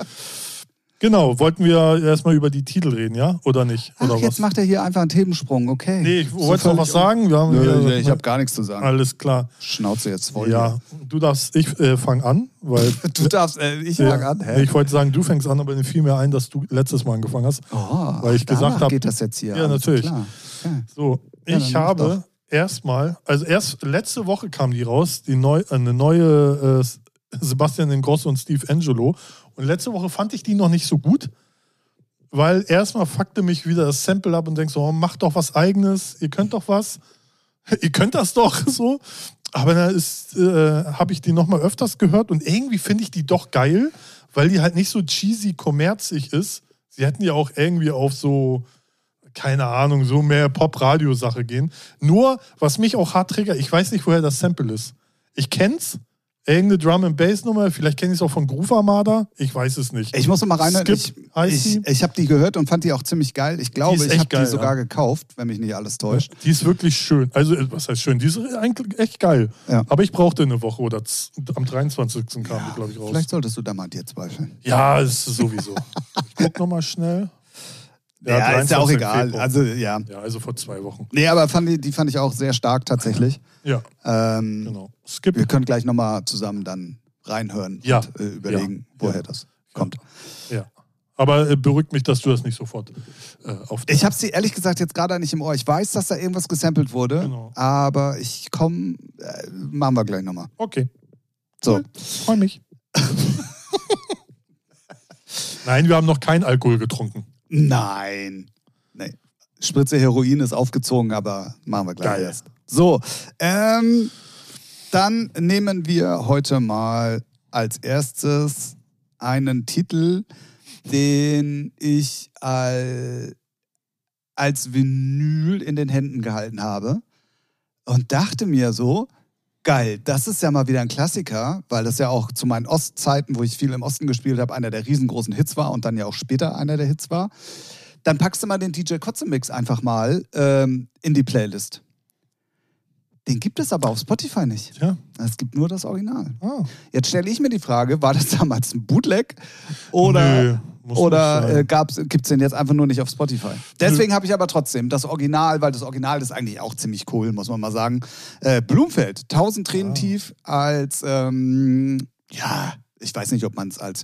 Genau, wollten wir erstmal über die Titel reden, ja? Oder nicht? Ach, Oder jetzt was? macht er hier einfach einen Themensprung, okay. nee, ich So wollte noch völlig was un- sagen. Wir haben Nö, hier- ich habe gar nichts zu sagen. Alles klar. Schnauze jetzt voll. Ja, du darfst, ich äh, fange an, weil. Du darfst, äh, ich fang an. Nee, ich wollte sagen, du fängst an, aber mir fiel mir ein, dass du letztes Mal angefangen hast. Oh, weil ich danach gesagt hab- geht das jetzt hier. Ja, Alles natürlich. Klar. Ja. So, Ja, dann ich mach habe erstmal, also erst letzte Woche kam die raus, die neu, eine neue äh, S- Sebastian Ingrosso und Steve Angelo. Und letzte Woche fand ich die noch nicht so gut, weil erstmal fuckte mich wieder das Sample ab und denkst so, oh, macht doch was eigenes, ihr könnt doch was, ihr könnt das doch so. Aber dann ist, äh, habe ich die nochmal öfters gehört und irgendwie finde ich die doch geil, weil die halt nicht so cheesy kommerzig ist. Sie hätten ja auch irgendwie auf so keine Ahnung, so mehr Pop-Radio-Sache gehen. Nur, was mich auch hart triggert, ich weiß nicht, woher das Sample ist. Ich kenn's, irgendeine Drum-and-Bass-Nummer, vielleicht kenne ich es auch von Groove Armada, ich weiß es nicht. Ich muss noch mal rein. Ich, Skip heißt ich, die. ich habe die gehört und fand die auch ziemlich geil. Ich glaube, ist ich echt habe die geil, sogar ja. gekauft, wenn mich nicht alles täuscht. Die ist wirklich schön. Also, äh, was heißt schön? Die ist eigentlich echt geil. Ja. Aber ich brauchte eine Woche oder z- am 23. kam die, glaube ich, raus. Vielleicht solltest du da mal an dir zweifeln. Ja, ist sowieso. ich guck nochmal schnell. Ja, ist ja auch 23. egal. Februar. Also, ja. ja, also vor zwei Wochen. Nee, aber fand die, die fand ich auch sehr stark tatsächlich. Ja, Ähm, genau. Skip. Wir können gleich noch mal zusammen dann reinhören Ja. und äh, überlegen, Ja. woher Ja. das kommt. Ja. Aber äh, beruhigt mich, dass du das nicht sofort äh, auf Ich habe sie ehrlich gesagt jetzt gerade nicht im Ohr. Ich weiß, dass da irgendwas gesampelt wurde, Genau. aber ich komme, äh, machen wir gleich nochmal. Okay, So. Hm? freue mich. Nein, wir haben noch keinen Alkohol getrunken. Nein. Nee. Spritze Heroin ist aufgezogen, aber machen wir gleich Geil. erst. So, ähm, dann nehmen wir heute mal als erstes einen Titel, den ich al- als Vinyl in den Händen gehalten habe. und dachte mir so, geil, das ist ja mal wieder ein Klassiker, weil das ja auch zu meinen Ostzeiten, wo ich viel im Osten gespielt habe, einer der riesengroßen Hits war und dann ja auch später einer der Hits war. Dann packst du mal den DJ Kotze-Mix einfach mal ähm, in die Playlist. Den gibt es aber auf Spotify nicht. Tja, Es gibt nur das Original. ah. Jetzt stelle ich mir die Frage, war das damals ein Bootleg oder, Nö, muss nicht oder sein. äh, gibt es den jetzt einfach nur nicht auf Spotify? Deswegen habe ich aber trotzdem das Original, weil das Original ist eigentlich auch ziemlich cool, muss man mal sagen. Äh, Blumfeld, 1000 Tränen Ah. tief als, ähm, ja, ich weiß nicht, ob man es als,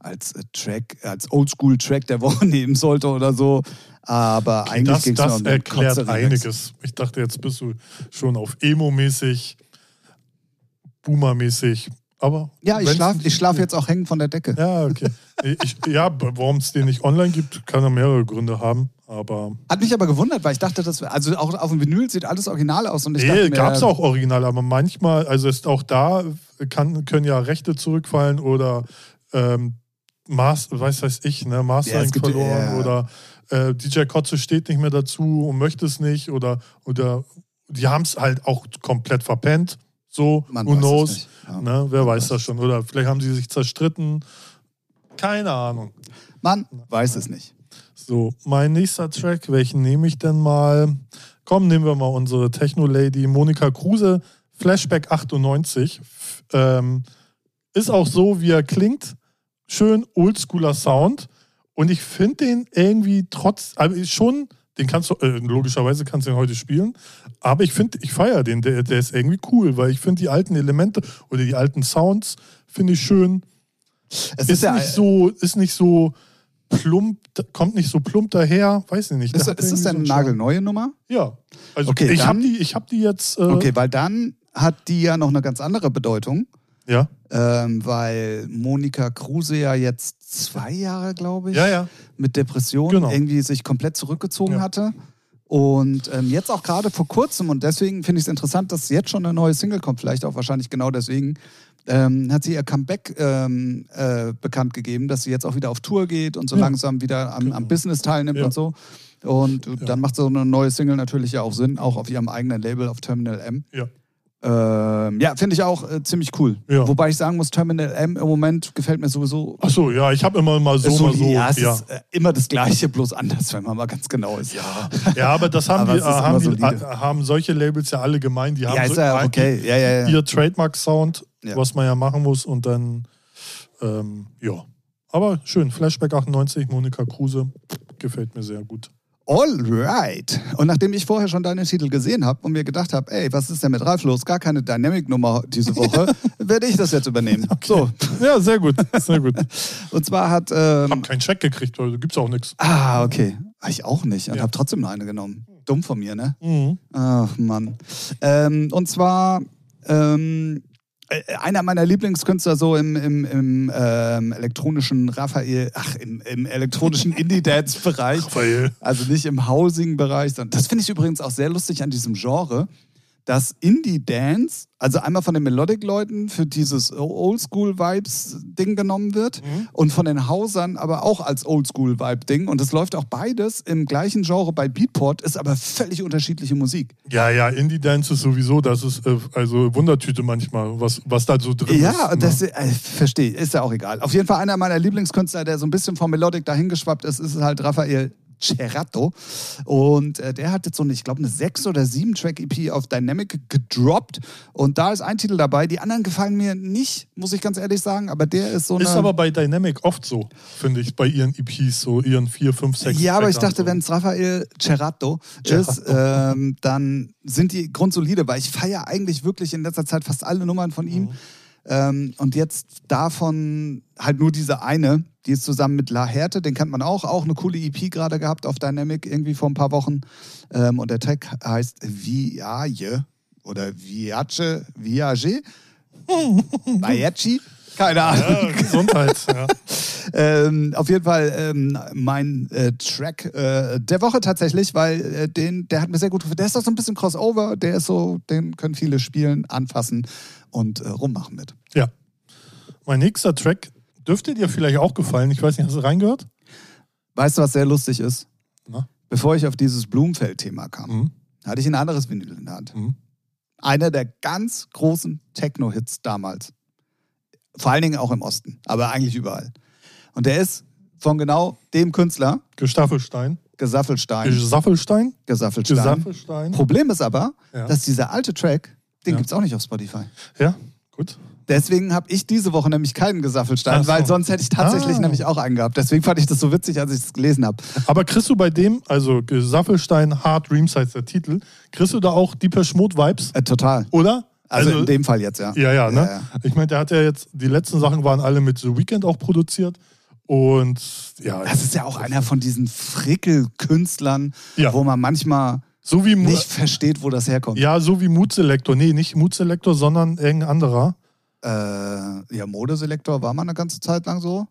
als äh, Track, als Oldschool-Track der Woche nehmen sollte oder so, aber eigentlich das ging es das um den erklärt Kotze-Remix. einiges. Ich dachte, jetzt bist du schon auf Emo-mäßig, Boomer-mäßig. Aber Ja, ich wenn's- schlafe ich schlaf jetzt auch hängen von der Decke. Ja, okay. ich, ja, warum es den nicht online gibt, kann er mehrere Gründe haben. Aber Hat mich aber gewundert, weil ich dachte, das also auch auf dem Vinyl sieht alles original aus und ich dachte nee, mir, gab es auch Original, aber manchmal, also ist auch da, kann, können ja Rechte zurückfallen oder ähm, Mas, weiß weiß ich, ne, Ja, Mastering es gibt- verloren ja. oder äh, DJ Kotze steht nicht mehr dazu und möchte es nicht oder, oder die haben es halt auch komplett verpennt. So, Man who weiß es knows? nicht, ja. Ne, wer Man weiß weiß das schon? Oder vielleicht haben sie sich zerstritten. Keine Ahnung. man Ne. weiß es nicht. So, mein nächster Track, welchen nehme ich denn mal? Komm, nehmen wir mal unsere Techno-Lady Monika Kruse, Flashback 98. F- Ähm, ist auch so, wie er klingt. Schön oldschooler Sound. Und ich finde den irgendwie trotz, also schon, den kannst du, äh, logischerweise kannst du den heute spielen, aber ich finde, ich feiere den, der, der ist irgendwie cool, weil ich finde die alten Elemente oder die alten Sounds finde ich schön Es ist, ist, ja nicht so, ist nicht so plump, kommt nicht so plump daher, weiß ich nicht. Ist, Der hat ist das irgendwie denn eine so einen Charme. nagelneue Nummer? Ja. Also Okay, ich habe dann- die, ich hab die jetzt. Äh, Okay, weil dann hat die ja noch eine ganz andere Bedeutung, Ja. ähm, weil Monika Kruse ja jetzt zwei Jahre, glaube ich, Ja, ja. mit Depressionen Genau. irgendwie sich komplett zurückgezogen Ja. hatte. Und ähm, jetzt auch gerade vor kurzem, und deswegen finde ich es interessant, dass jetzt schon eine neue Single kommt, vielleicht auch wahrscheinlich genau deswegen, ähm, hat sie ihr Comeback ähm, äh, bekannt gegeben, dass sie jetzt auch wieder auf Tour geht und so Ja. langsam wieder am, am Genau. Business teilnimmt Ja. und so. Und dann macht so eine neue Single natürlich ja auch Sinn, auch auf ihrem eigenen Label, auf Terminal M. Ja. Ähm, ja, finde ich auch äh, ziemlich cool. Ja. Wobei ich sagen muss, Terminal M im Moment gefällt mir sowieso Achso, ja, ich habe immer mal so, ist mal so. Ja, Ja, es ja. ist äh, immer das Gleiche, bloß anders, wenn man mal ganz genau ist. Ja, aber das haben, Aber die, es äh, ist haben, immer die, äh, solide. haben solche Labels ja alle gemein. Die haben ist so, ja auch ein- okay. Ja, ja, ja. ihr Trademark-Sound, Ja. was man ja machen muss und dann, ähm, ja. Aber schön, Flashback 98, Monika Kruse, gefällt mir sehr gut. Alright. Und nachdem ich vorher schon deine Titel gesehen habe und mir gedacht habe, ey, was ist denn mit Ralf los? Gar keine Dynamic-Nummer diese Woche, werde ich das jetzt übernehmen. So, Ja, sehr gut, sehr gut. und zwar hat. Ähm, Hab keinen Check gekriegt, also gibt's auch nichts. ah, okay. Ich auch nicht und Ja. habe trotzdem noch eine genommen. Dumm von mir, ne? Mhm. Ach Mann. Ähm, und zwar ähm, äh, einer meiner Lieblingskünstler so im, im, im ähm, elektronischen Raphael, ach, im, im elektronischen Indie-Dance-Bereich. Raphael. Also nicht im Housing-Bereich. sondern- Das finde ich übrigens auch sehr lustig an diesem Genre, dass Indie-Dance, also einmal von den Melodic-Leuten für dieses Oldschool-Vibes-Ding genommen wird und von den Hausern aber auch als Oldschool-Vibe-Ding. Und es läuft auch beides im gleichen Genre bei Beatport, ist aber völlig unterschiedliche Musik. Ja, ja, Indie-Dance ist sowieso, das ist äh, also Wundertüte manchmal, was, was da so drin ist. Ja, ne? das äh, verstehe, ist ja auch egal. Auf jeden Fall einer meiner Lieblingskünstler, der so ein bisschen vom Melodic dahingeschwappt ist, ist halt Raphael Cerato. Und äh, der hat jetzt so eine, ich glaube, eine sechs oder sieben Track EP auf Dynamic gedroppt. Und da ist ein Titel dabei. Die anderen gefallen mir nicht, muss ich ganz ehrlich sagen. Aber der ist so eine. ist aber bei Dynamic oft so, finde ich, bei ihren EPs, so ihren 4, 5, 6. ja, aber ich dachte, wenn es Raphael Cerato ist, ähm, dann sind die grundsolide, weil ich feiere eigentlich wirklich in letzter Zeit fast alle Nummern von ihm. Ähm, und jetzt davon halt nur diese eine, die ist zusammen mit La Herte, den kennt man auch, auch eine coole EP gerade gehabt auf Dynamic irgendwie vor ein paar Wochen. Ähm, und der Track heißt Viage oder Viage, Viage, Viaci, keine Ahnung. Ja, Gesundheit, ja. Ähm, auf jeden Fall ähm, mein äh, Track äh, der Woche tatsächlich, weil äh, den, der hat mir sehr gut gefallen. Der ist auch so ein bisschen Crossover, der ist so, den können viele spielen, anfassen und äh, rummachen mit. ja. Mein nächster Track dürfte dir vielleicht auch gefallen. Ich weiß nicht, hast du reingehört? Weißt du, was sehr lustig ist? Na? Bevor ich auf dieses Blumenfeld-Thema kam, Mhm. hatte ich ein anderes Vinyl in der Hand. Mhm. Einer der ganz großen Techno-Hits damals. Vor allen Dingen auch im Osten, aber eigentlich überall. Und der ist von genau dem Künstler, Gestaffelstein. Gesaffelstein. Gesaffelstein? Gesaffelstein. Gesaffelstein. Problem ist aber, Ja. dass dieser alte Track, den Ja. gibt's auch nicht auf Spotify. ja, gut. Deswegen habe ich diese Woche nämlich keinen Gesaffelstein, Ach so. weil sonst hätte ich tatsächlich Ah. nämlich auch einen gehabt. Deswegen fand ich das so witzig, als ich das gelesen habe. Aber kriegst du bei dem, also Gesaffelstein, Hard Dreams heißt der Titel, kriegst du da auch Deepesh Mode Vibes, Äh, total. oder? Also, in dem Fall jetzt, ja. ja, ja, ne? Ja, ja. Ich meine, der hat ja jetzt, die letzten Sachen waren alle mit The Weeknd auch produziert und ja, Das ist ja auch einer von diesen Frickelkünstlern, Ja. wo man manchmal so wie Mu- nicht versteht, wo das herkommt. ja, so wie Moodselektor, nee, nicht Moodselektor, sondern irgendein anderer. Äh, ja, Modeselektor war mal eine ganze Zeit lang so.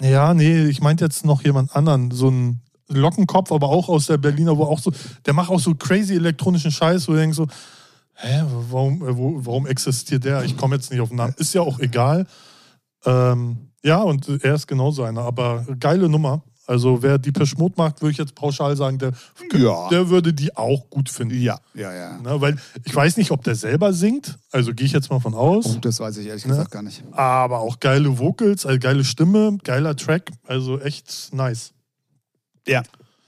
Ja, nee, ich meinte jetzt noch jemand anderen, so ein Lockenkopf, aber auch aus der Berliner, wo auch so, der macht auch so crazy elektronischen Scheiß, wo du denkst so, hä, warum, äh, wo, warum existiert der? Ich komme jetzt nicht auf den Namen, ist ja auch egal. Ähm, ja, und er ist genauso einer, aber geile Nummer. Also wer die Peschmod macht, würde ich jetzt pauschal sagen, der, Ja. der würde die auch gut finden. Ja, ja, ja. Ne, weil ich weiß nicht, ob der selber singt, also gehe ich jetzt mal von aus. Oh, das weiß ich ehrlich Ne? gesagt gar nicht. Aber auch geile Vocals, also geile Stimme, geiler Track, also echt nice. Ja.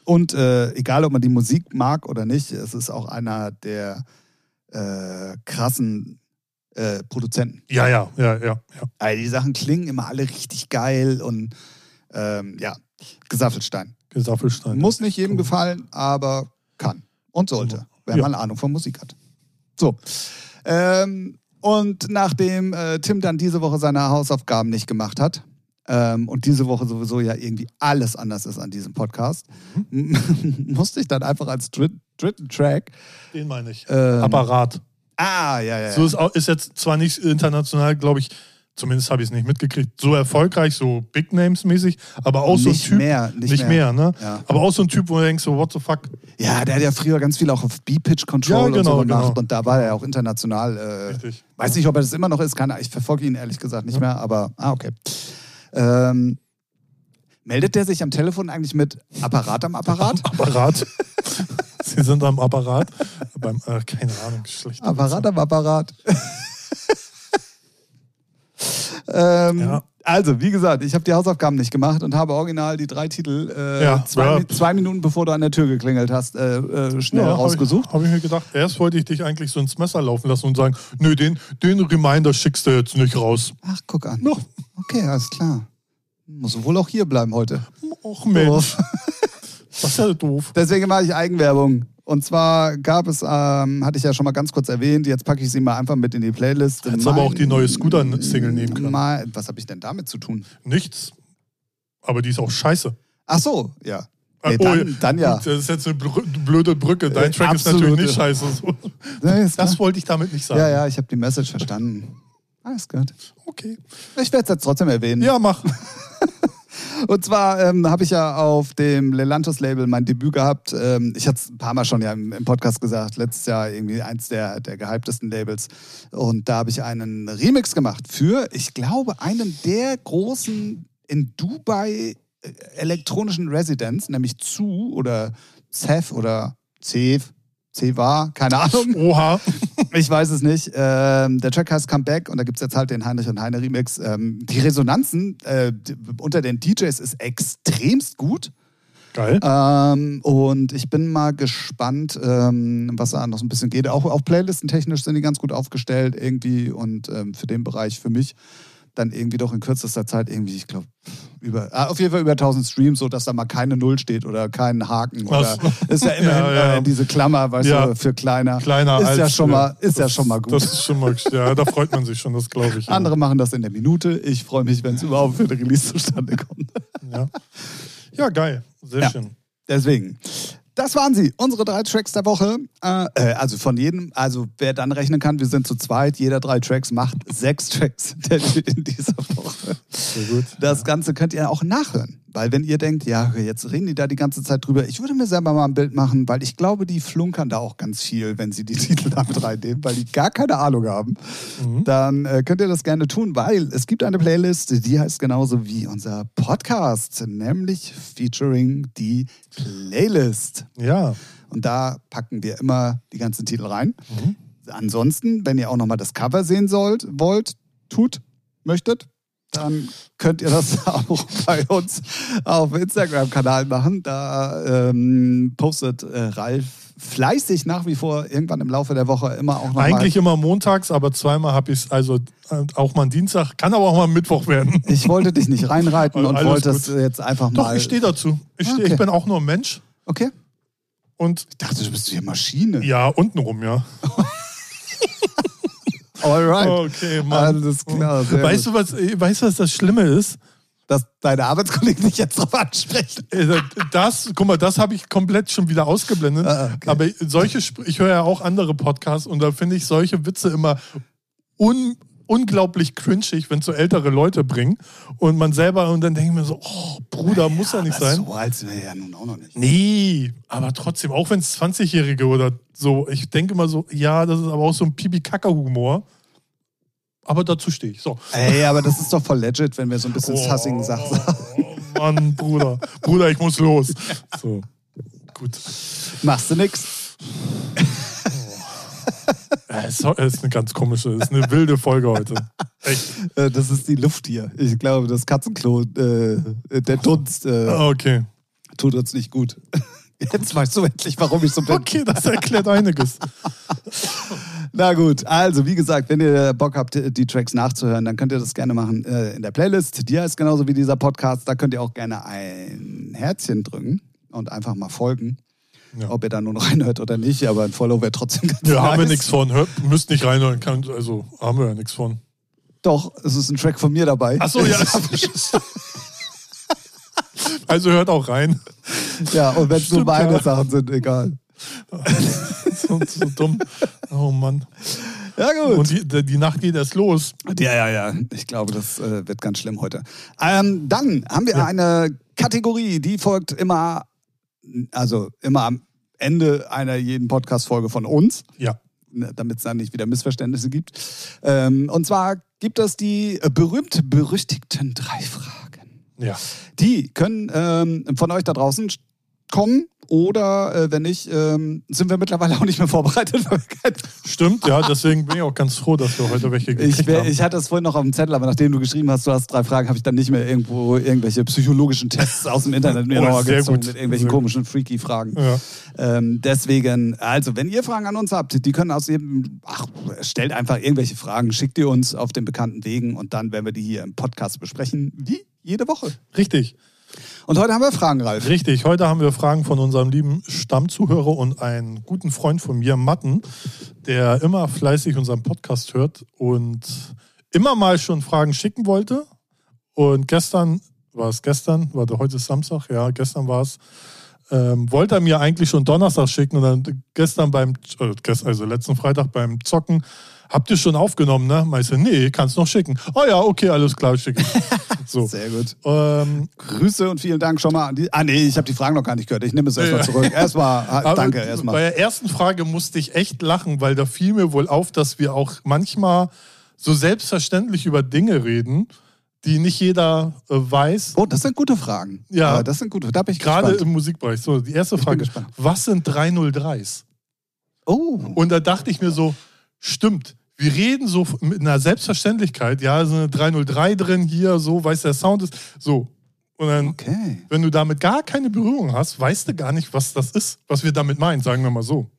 Und äh, egal, ob man die Musik mag oder nicht, es ist auch einer der äh, krassen äh, Produzenten. Ja, ja, ja, ja. ja. Also die Sachen klingen immer alle richtig geil und ähm, ja, Gesaffelstein. Gesaffelstein. Muss nicht jedem Cool. gefallen, aber kann und sollte, wenn Ja. man Ahnung von Musik hat. So. Ähm, und nachdem äh, Tim dann diese Woche seine Hausaufgaben nicht gemacht hat ähm, und diese Woche sowieso ja irgendwie alles anders ist an diesem Podcast, Mhm. musste ich dann einfach als dritt, dritten Track. Den meine ich. Ähm, Apparat. Ah, ja, ja. So ja. ist, auch, ist jetzt zwar nicht international, glaube ich, zumindest habe ich es nicht mitgekriegt, so erfolgreich, so Big Names-mäßig, aber auch so ein nicht Typ. mehr, Äh. nicht, nicht mehr, ne? Ja. Aber auch so ein Typ, wo du denkst, so, what the fuck? Ja, der hat ja früher ganz viel auch auf B-Pitch Control Ja, und so genau, gemacht genau. und da war er auch international. Äh, Richtig. Weiß nicht, ob er das immer noch ist, keine Ahnung. Ich verfolge ihn ehrlich gesagt nicht mehr, aber ah, okay. Ähm, meldet der sich am Telefon eigentlich mit Apparat am Apparat? Apparat. Sie sind am Apparat. Beim, äh, keine Ahnung, schlecht. Apparat am Apparat. ähm, Ja. Also, wie gesagt, ich habe die Hausaufgaben nicht gemacht und habe original die drei Titel äh, Ja, zwei, ja. Mi- zwei Minuten bevor du an der Tür geklingelt hast, äh, äh, schnell rausgesucht. Habe ich, hab ich mir gedacht, erst wollte ich dich eigentlich so ins Messer laufen lassen und sagen, nö, den, den Reminder schickst du jetzt nicht raus. Ach, guck an. Noch, Okay, alles klar. Muss wohl auch hier bleiben heute. Oh. och Mensch, das ist ja doof. Deswegen mache ich Eigenwerbung. Und zwar gab es, ähm, hatte ich ja schon mal ganz kurz erwähnt, jetzt packe ich sie mal einfach mit in die Playlist. Hättest aber auch die neue Scooter-Single nehmen können. Mal, was habe ich denn damit zu tun? Nichts. Aber die ist auch scheiße. Ach so, ja. Nee, Äh, oh, dann, dann ja. Das ist jetzt eine brü- blöde Brücke. Dein Äh, Track ist absolute. natürlich nicht scheiße. So. Nee, ist Das klar. wollte ich damit nicht sagen. ja, ja, ich habe die Message verstanden. Alles gut. Okay. Ich werde es jetzt trotzdem erwähnen. Ja, mach. Und zwar ähm, habe ich ja auf dem Lelantos-Label mein Debüt gehabt. Ähm, ich hatte es ein paar Mal schon ja im, im Podcast gesagt, letztes Jahr irgendwie eins der, der gehyptesten Labels. Und da habe ich einen Remix gemacht für, ich glaube, einen der großen in Dubai äh, elektronischen Residents, nämlich Zu oder Seth oder Cev, Ceva, keine Ahnung. Oha. Ich weiß es nicht. Ähm, der Track heißt Comeback und da gibt es jetzt halt den Heinrich und Heine Remix. Ähm, die Resonanzen äh, d- unter den DJs ist extremst gut. Geil. Ähm, und ich bin mal gespannt, ähm, was da noch so ein bisschen geht. Auch, auch Playlisten technisch sind die ganz gut aufgestellt irgendwie und ähm, für den Bereich für mich dann irgendwie doch in kürzester Zeit irgendwie, ich glaube, über, ah, auf jeden Fall über 1000 Streams, so dass da mal keine Null steht oder kein Haken. Oder, Was? ist ja immerhin Ja, ja. Äh, diese Klammer, weißt Ja. du, für kleiner. Kleiner ist als. ja schon mal, ist ja das- schon mal gut. Das ist schon mal. Ja, da freut man sich schon, das glaube ich. ja. Andere machen das in der Minute. Ich freue mich, wenn es überhaupt für den Release zustande kommt. Ja, ja geil. Sehr Ja. schön. Deswegen. Das waren sie, unsere drei Tracks der Woche. Äh, äh, also von jedem, also wer dann rechnen kann, wir sind zu zweit, jeder drei Tracks macht sechs Tracks in dieser Woche. Sehr gut. Das Ganze könnt ihr auch nachhören, weil wenn ihr denkt, ja, jetzt reden die da die ganze Zeit drüber, ich würde mir selber mal ein Bild machen, weil ich glaube, die flunkern da auch ganz viel, wenn sie die Titel damit reinnehmen, weil die gar keine Ahnung haben. Dann äh, könnt ihr das gerne tun, weil es gibt eine Playlist, die heißt genauso wie unser Podcast, nämlich featuring die Playlist. Ja. Mhm. Und da packen wir immer die ganzen Titel rein. ansonsten, wenn ihr auch nochmal das Cover sehen sollt, wollt, tut, möchtet, dann könnt ihr das auch bei uns auf Instagram-Kanal machen. Da ähm, postet äh, Ralf fleißig nach wie vor irgendwann im Laufe der Woche immer auch nochmal. Eigentlich immer montags, aber zweimal habe ich es, also äh, auch mal ein Dienstag, kann aber auch mal ein Mittwoch werden. Ich wollte dich nicht reinreiten und Alles wollte es gut. jetzt einfach Doch, mal. ich stehe dazu. Ich, steh, Okay. ich bin auch nur ein Mensch Okay. und Ich dachte, du bist hier Maschine. ja, untenrum, ja. Alright. Okay, Mann. Alles klar. Sehr Weißt gut. du, was, äh, weißt du, was das Schlimme ist? Dass deine Arbeitskollegen dich jetzt drauf ansprechen. Äh, Das, guck mal, das habe ich komplett schon wieder ausgeblendet. Ah, okay. Aber solche, Sp- ich höre ja auch andere Podcasts und da finde ich solche Witze immer un, unglaublich cringig, wenn so ältere Leute bringen und man selber und dann denke ich mir so, oh, Bruder, muss ja nicht Aber sein. Also So als wäre ja nun auch noch nicht. Nee, aber trotzdem, auch wenn es 20-Jährige oder so, ich denke immer so, ja, das ist aber auch so ein Pipi-Kaka-Humor. Aber dazu stehe ich. So. Ey, aber das ist doch voll legit, wenn wir so ein bisschen Oh, sassigen Sachen sagen. Oh Mann, Bruder. Bruder, ich muss los. So. Gut. Machst du nix. Äh, Es ist eine ganz komische, es ist eine wilde Folge heute. Echt. Äh, Das ist die Luft hier. Ich glaube, das Katzenklo, äh, der Dunst äh, Ah, Okay. tut uns nicht gut. Jetzt weißt du endlich, warum ich so bin. Okay, das erklärt einiges. Na gut, also wie gesagt, wenn ihr Bock habt, die Tracks nachzuhören, dann könnt ihr das gerne machen äh, in der Playlist. Die heißt genauso wie dieser Podcast. Da könnt ihr auch gerne ein Herzchen drücken und einfach mal folgen. Ja. Ob ihr da nun reinhört oder nicht, aber ein Follow wäre trotzdem ganz Ja, haben wir nice. nichts von. Hört, müsst nicht reinhören. Kann, also haben wir ja nichts von. Doch, es ist ein Track von mir dabei. Ach so, ja. Also hört auch rein. Ja, und wenn es nur Stimmt, meine ja. Sachen sind, egal. So, so dumm. Oh Mann. Ja, gut. Und die, die Nacht geht erst los. Ja, ja, ja. Ich glaube, das äh, wird ganz schlimm heute. Ähm, dann haben wir eine Kategorie, die folgt immer, also immer am Ende einer jeden Podcast-Folge von uns, Ja. ne, damit es dann nicht wieder Missverständnisse gibt. Ähm, und zwar gibt es die äh, berühmt-berüchtigten drei Fragen. Ja. Die können ähm, von euch da draußen sch- kommen oder äh, wenn nicht, ähm, sind wir mittlerweile auch nicht mehr vorbereitet, weil wir keinen Stimmt, ja. Deswegen bin ich auch ganz froh, dass wir heute welche gekriegt Ich, wär, haben. ich hatte es vorhin noch auf dem Zettel, aber nachdem du geschrieben hast, du hast drei Fragen, habe ich dann nicht mehr irgendwo irgendwelche psychologischen Tests aus dem Internet mir Oh, nochmal sehr gezogen gut. mit irgendwelchen Sehr gut. komischen Freaky-Fragen. Ja. Ähm, deswegen, also wenn ihr Fragen an uns habt, die können aus jedem, ach, stellt einfach irgendwelche Fragen, schickt ihr uns auf den bekannten Wegen und dann werden wir die hier im Podcast besprechen, wie jede Woche. Richtig. Und heute haben wir Fragen, Ralf. Richtig, heute haben wir Fragen von unserem lieben Stammzuhörer und einen guten Freund von mir, Matten, der immer fleißig unseren Podcast hört und immer mal schon Fragen schicken wollte. Und gestern, war es gestern, warte, heute ist Samstag, ja, gestern war es, ähm, wollte er mir eigentlich schon Donnerstag schicken und dann gestern beim, äh, gest- also letzten Freitag beim Zocken, habt ihr schon aufgenommen, ne? Meinst du, nee, kannst noch schicken. Oh ja, okay, alles klar, schicke ich. So. Sehr gut. Ähm, Grüße und vielen Dank schon mal an die. Ah, nee, ich habe die Fragen noch gar nicht gehört. Ich nehme es erstmal Ja. zurück. Erstmal, ah, Aber danke, erstmal. Bei der ersten Frage musste ich echt lachen, weil da fiel mir wohl auf, dass wir auch manchmal so selbstverständlich über Dinge reden, die nicht jeder äh, weiß. Oh, das sind gute Fragen. Ja. Äh, Das sind gute. Da bin ich Gerade gespannt. im Musikbereich. So, die erste bin Frage: gespannt. Was sind 303s? Oh. Und da dachte ich mir so: Stimmt, wir reden so mit einer Selbstverständlichkeit. Ja, so eine 303 drin, hier, so, weiß der Sound ist. So. Und dann, Okay. wenn du damit gar keine Berührung hast, weißt du gar nicht, was das ist, was wir damit meinen, sagen wir mal so.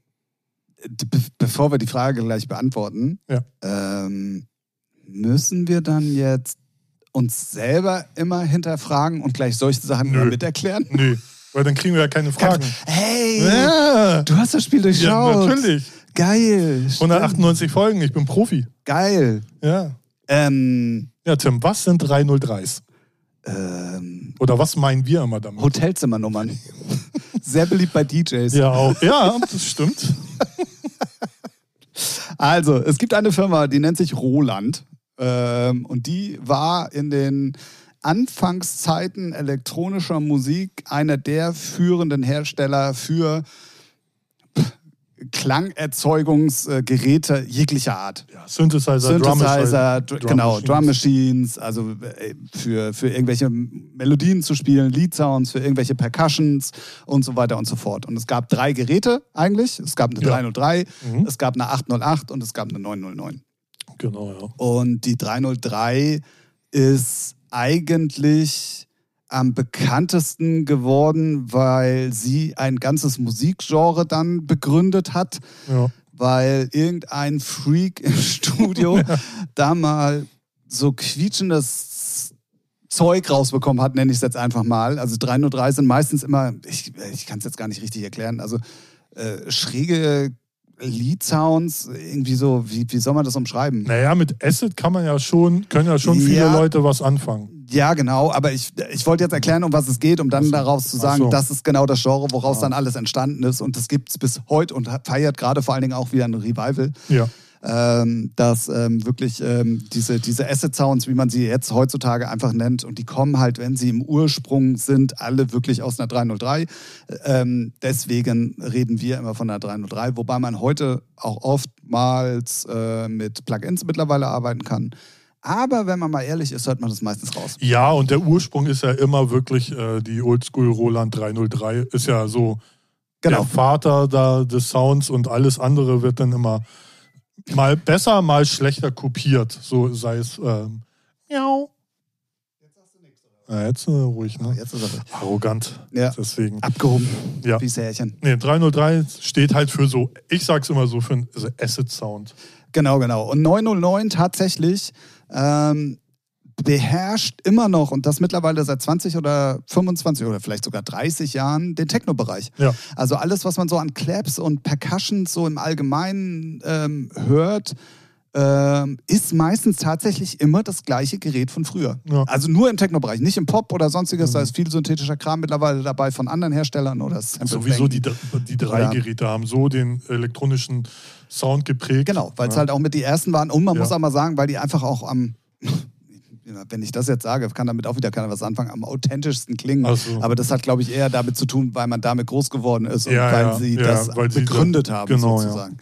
Be bevor wir die Frage gleich beantworten, Ja. ähm, müssen wir dann jetzt uns selber immer hinterfragen und gleich solche Sachen Nö. immer mit erklären? Nee, weil dann kriegen wir ja keine Fragen. Hey, Ja, du hast das Spiel ja durchschaut. natürlich. Geil. stimmt. 198 Folgen, ich bin Profi. Geil. Ja. Ähm, Ja, Tim, was sind 303s? ähm, Oder was meinen wir immer damit? Hotelzimmernummern. Sehr beliebt bei DJs. Ja, auch. Ja, das stimmt. Also, es gibt eine Firma, die nennt sich Roland. Ähm, und die war in den Anfangszeiten elektronischer Musik einer der führenden Hersteller für Klangerzeugungsgeräte jeglicher Art. Ja, Synthesizer, Synthesizer, Dr Also Drum genau, Drum Machines, Machines. also äh, für, für irgendwelche Melodien zu spielen, Lead Sounds, für irgendwelche Percussions und so weiter und so fort. Und es gab drei Geräte eigentlich. Es gab eine Ja. 303, Mhm. es gab eine 808 und es gab eine 909. Genau, ja. Und die 303 ist eigentlich am bekanntesten geworden, weil sie ein ganzes Musikgenre dann begründet hat ja. weil irgendein Freak im Studio da mal so quietschendes Zeug rausbekommen hat, nenne ich es jetzt einfach mal. Also 303 sind meistens immer, ich, ich kann es jetzt gar nicht richtig erklären, also äh, schräge Lead-Sounds, irgendwie so, wie, wie soll man das umschreiben? Naja, mit Acid kann man ja schon, können ja schon viele Ja. Leute was anfangen. Ja, genau, aber ich, ich wollte jetzt erklären, um was es geht, um dann Ach so. daraus zu Ach sagen, so. Ah. das ist genau das Genre, woraus Ja. dann alles entstanden ist und das gibt es bis heute und hat- feiert gerade vor allen Dingen auch wieder ein Revival. Ja. ähm, dass ähm, wirklich ähm, diese, diese Asset-Sounds, wie man sie jetzt heutzutage einfach nennt, und die kommen halt, wenn sie im Ursprung sind, alle wirklich aus einer 303. Ähm, deswegen reden wir immer von einer 303, wobei man heute auch oftmals äh, mit Plugins mittlerweile arbeiten kann. Aber wenn man mal ehrlich ist, hört man das meistens raus. Ja, und der Ursprung ist ja immer wirklich äh, die Oldschool Roland 303. Ist ja so Genau. der Vater da des Sounds und alles andere wird dann immer mal besser, mal schlechter kopiert. So sei es. Ähm, miau. Ja, jetzt äh, ruhig, Ah, ne? Jetzt ist er Arrogant. Ja. Deswegen. abgehoben, Ja. wie das Härchen. Nee, 303 steht halt für so, ich sag's immer so, für einen Acid-Sound. Genau, genau. Und 909 tatsächlich ähm, beherrscht immer noch, und das mittlerweile seit 20 oder 25 oder vielleicht sogar 30 Jahren, den Techno-Bereich. Ja. Also alles, was man so an Claps und Percussions so im Allgemeinen ähm, hört, ähm, ist meistens tatsächlich immer das gleiche Gerät von früher. Ja. Mhm. Also nur im Techno-Bereich, nicht im Pop oder sonstiges. Da ist viel synthetischer Kram mittlerweile dabei von anderen Herstellern oder Sample Sowieso die, die drei Oder- Geräte haben so den elektronischen Sound geprägt. Genau, weil es Ja. halt auch mit die ersten waren. Und man Ja. muss auch mal sagen, weil die einfach auch am, Ja, wenn ich das jetzt sage, kann damit auch wieder keiner was anfangen, am authentischsten klingen. Ach so. Aber das hat, glaube ich, eher damit zu tun, weil man damit groß geworden ist und Ja, weil ja, sie ja, das weil sie begründet da- haben, genau, ja. sozusagen.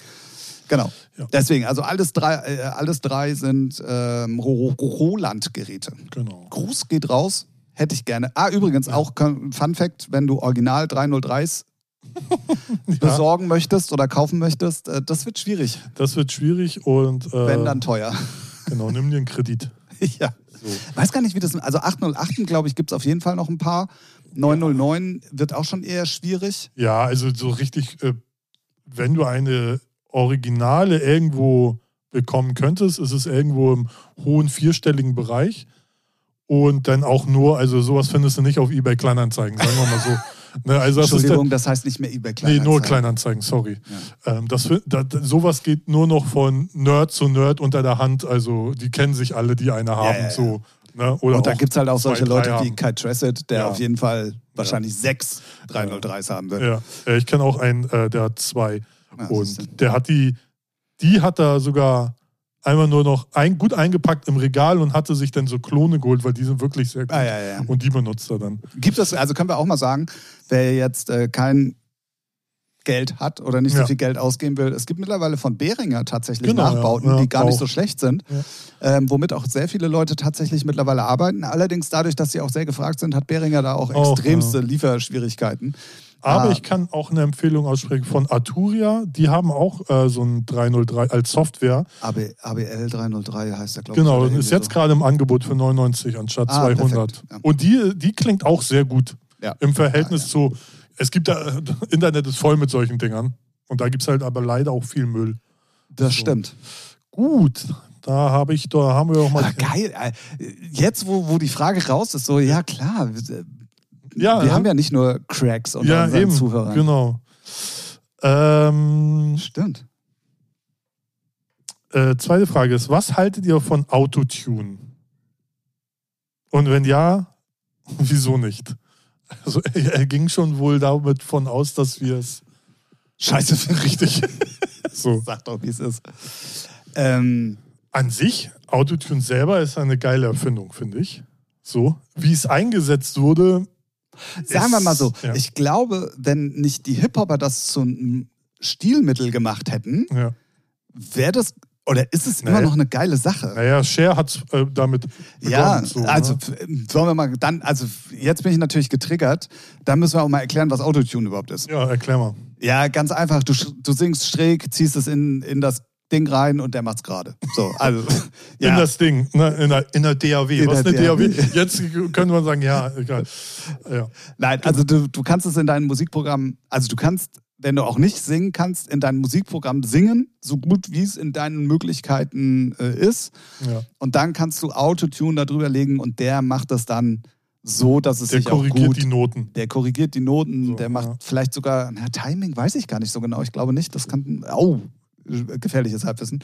Genau. Ja. Deswegen, also alles drei, äh, alles drei sind ähm, Ro- Ro- Roland-Geräte. Genau. Gruß geht raus. Hätte ich gerne. Ah, übrigens auch Fun Fact, wenn du Original 303s Ja, besorgen möchtest oder kaufen möchtest, äh, das wird schwierig, das wird schwierig und äh, wenn dann teuer. genau, nimm dir einen Kredit. ja. So. Weiß gar nicht, wie das. Also 808, glaube ich, gibt es auf jeden Fall noch ein paar. 909 wird auch schon eher schwierig. Ja, also so richtig, äh, wenn du eine Originale irgendwo bekommen könntest, ist es irgendwo im hohen vierstelligen Bereich. Und dann auch nur, also sowas findest du nicht auf eBay Kleinanzeigen, sagen wir mal so. Ne, also das ist dann, Entschuldigung, das heißt nicht mehr eBay Nee, Kleinanzeigen. nur Kleinanzeigen, sorry. Ähm, das, fi- da, da- sowas geht nur noch von Nerd zu Nerd unter der Hand. Also die kennen sich alle, die eine haben. ja, ja. So, ne? Oder Und da auch gibt es halt auch solche zwei, drei Leute wie haben. Kai Tressett, der Ja. auf jeden Fall wahrscheinlich sechs 303s haben wird. Ja, äh, ich kenne auch einen, äh, der hat zwei. Ja, Ah, siehste. und der hat die, die hat er sogar einmal nur noch ein, gut eingepackt im Regal und hatte sich dann so Klone geholt, weil die sind wirklich sehr gut. Ah, ja, ja. Und die benutzt er dann. Gibt es, also können wir auch mal sagen, wer jetzt äh, kein Geld hat oder nicht so Ja. viel Geld ausgeben will. Es gibt mittlerweile von Behringer tatsächlich Genau, ja. Nachbauten, Ja, die gar nicht so auch. schlecht sind, ähm, womit auch sehr viele Leute tatsächlich mittlerweile arbeiten. Allerdings dadurch, dass sie auch sehr gefragt sind, hat Behringer da auch Auch, extremste Lieferschwierigkeiten. Aber Ah. ich kann auch eine Empfehlung aussprechen von Arturia. Die haben auch äh, so ein 303 als Software. AB, ABL 303 heißt der, glaube Genau, ich. oder ist irgendwie jetzt so. gerade im Angebot für 99 anstatt Ah, 200. perfekt, ja. Und die, die klingt auch sehr gut Ja. im Verhältnis zu. Es gibt da, Internet ist voll mit solchen Dingern. Und da gibt es halt aber leider auch viel Müll. Das so. stimmt. Gut, da habe ich, da haben wir auch mal. Ah, geil. äh, Jetzt, wo, wo die Frage raus ist, so, ja klar, wir, Ja, wir ne? haben ja nicht nur Cracks unter ja unseren eben, Zuhörern. genau. Ähm, Stimmt. äh, zweite Frage ist, was haltet ihr von Autotune? Und wenn ja, wieso nicht? Also er, er ging schon wohl damit von aus, dass wir es Scheiße, richtig. so. Sag doch, wie es ist. Ähm, An sich, Autotune selber ist eine geile Erfindung, finde ich. So, wie es eingesetzt wurde. sagen wir ist- mal so, ja. ich glaube, wenn nicht die Hip-Hopper das zu einem Stilmittel gemacht hätten, Ja. wäre das oder ist es immer Naja. noch eine geile Sache? Naja, Cher hat äh, damit begonnen. Ja, so, ne? also f- sollen wir mal dann, also f- jetzt bin ich natürlich getriggert. Dann müssen wir auch mal erklären, was Autotune überhaupt ist. Ja, erklär mal. Ja, ganz einfach. Du, sch- du singst schräg, ziehst es in, in das Ding rein und der macht's gerade. So, also. ja. In das Ding, ne? in, der, in der DAW. In Was ist der eine DAW? Jetzt könnte man sagen, ja, egal. Ja. Nein, also du, du kannst es in deinem Musikprogramm, also du kannst, wenn du auch nicht singen kannst, in deinem Musikprogramm singen, so gut wie es in deinen Möglichkeiten äh, ist. ja. Und dann kannst du Autotune darüber legen und der macht das dann so, dass es Der sich auch korrigiert gut. die Noten. der korrigiert die Noten, So, der macht ja. vielleicht sogar, na, Timing weiß ich gar nicht so genau, ich glaube nicht, das kann, au, gefährliches Halbwissen.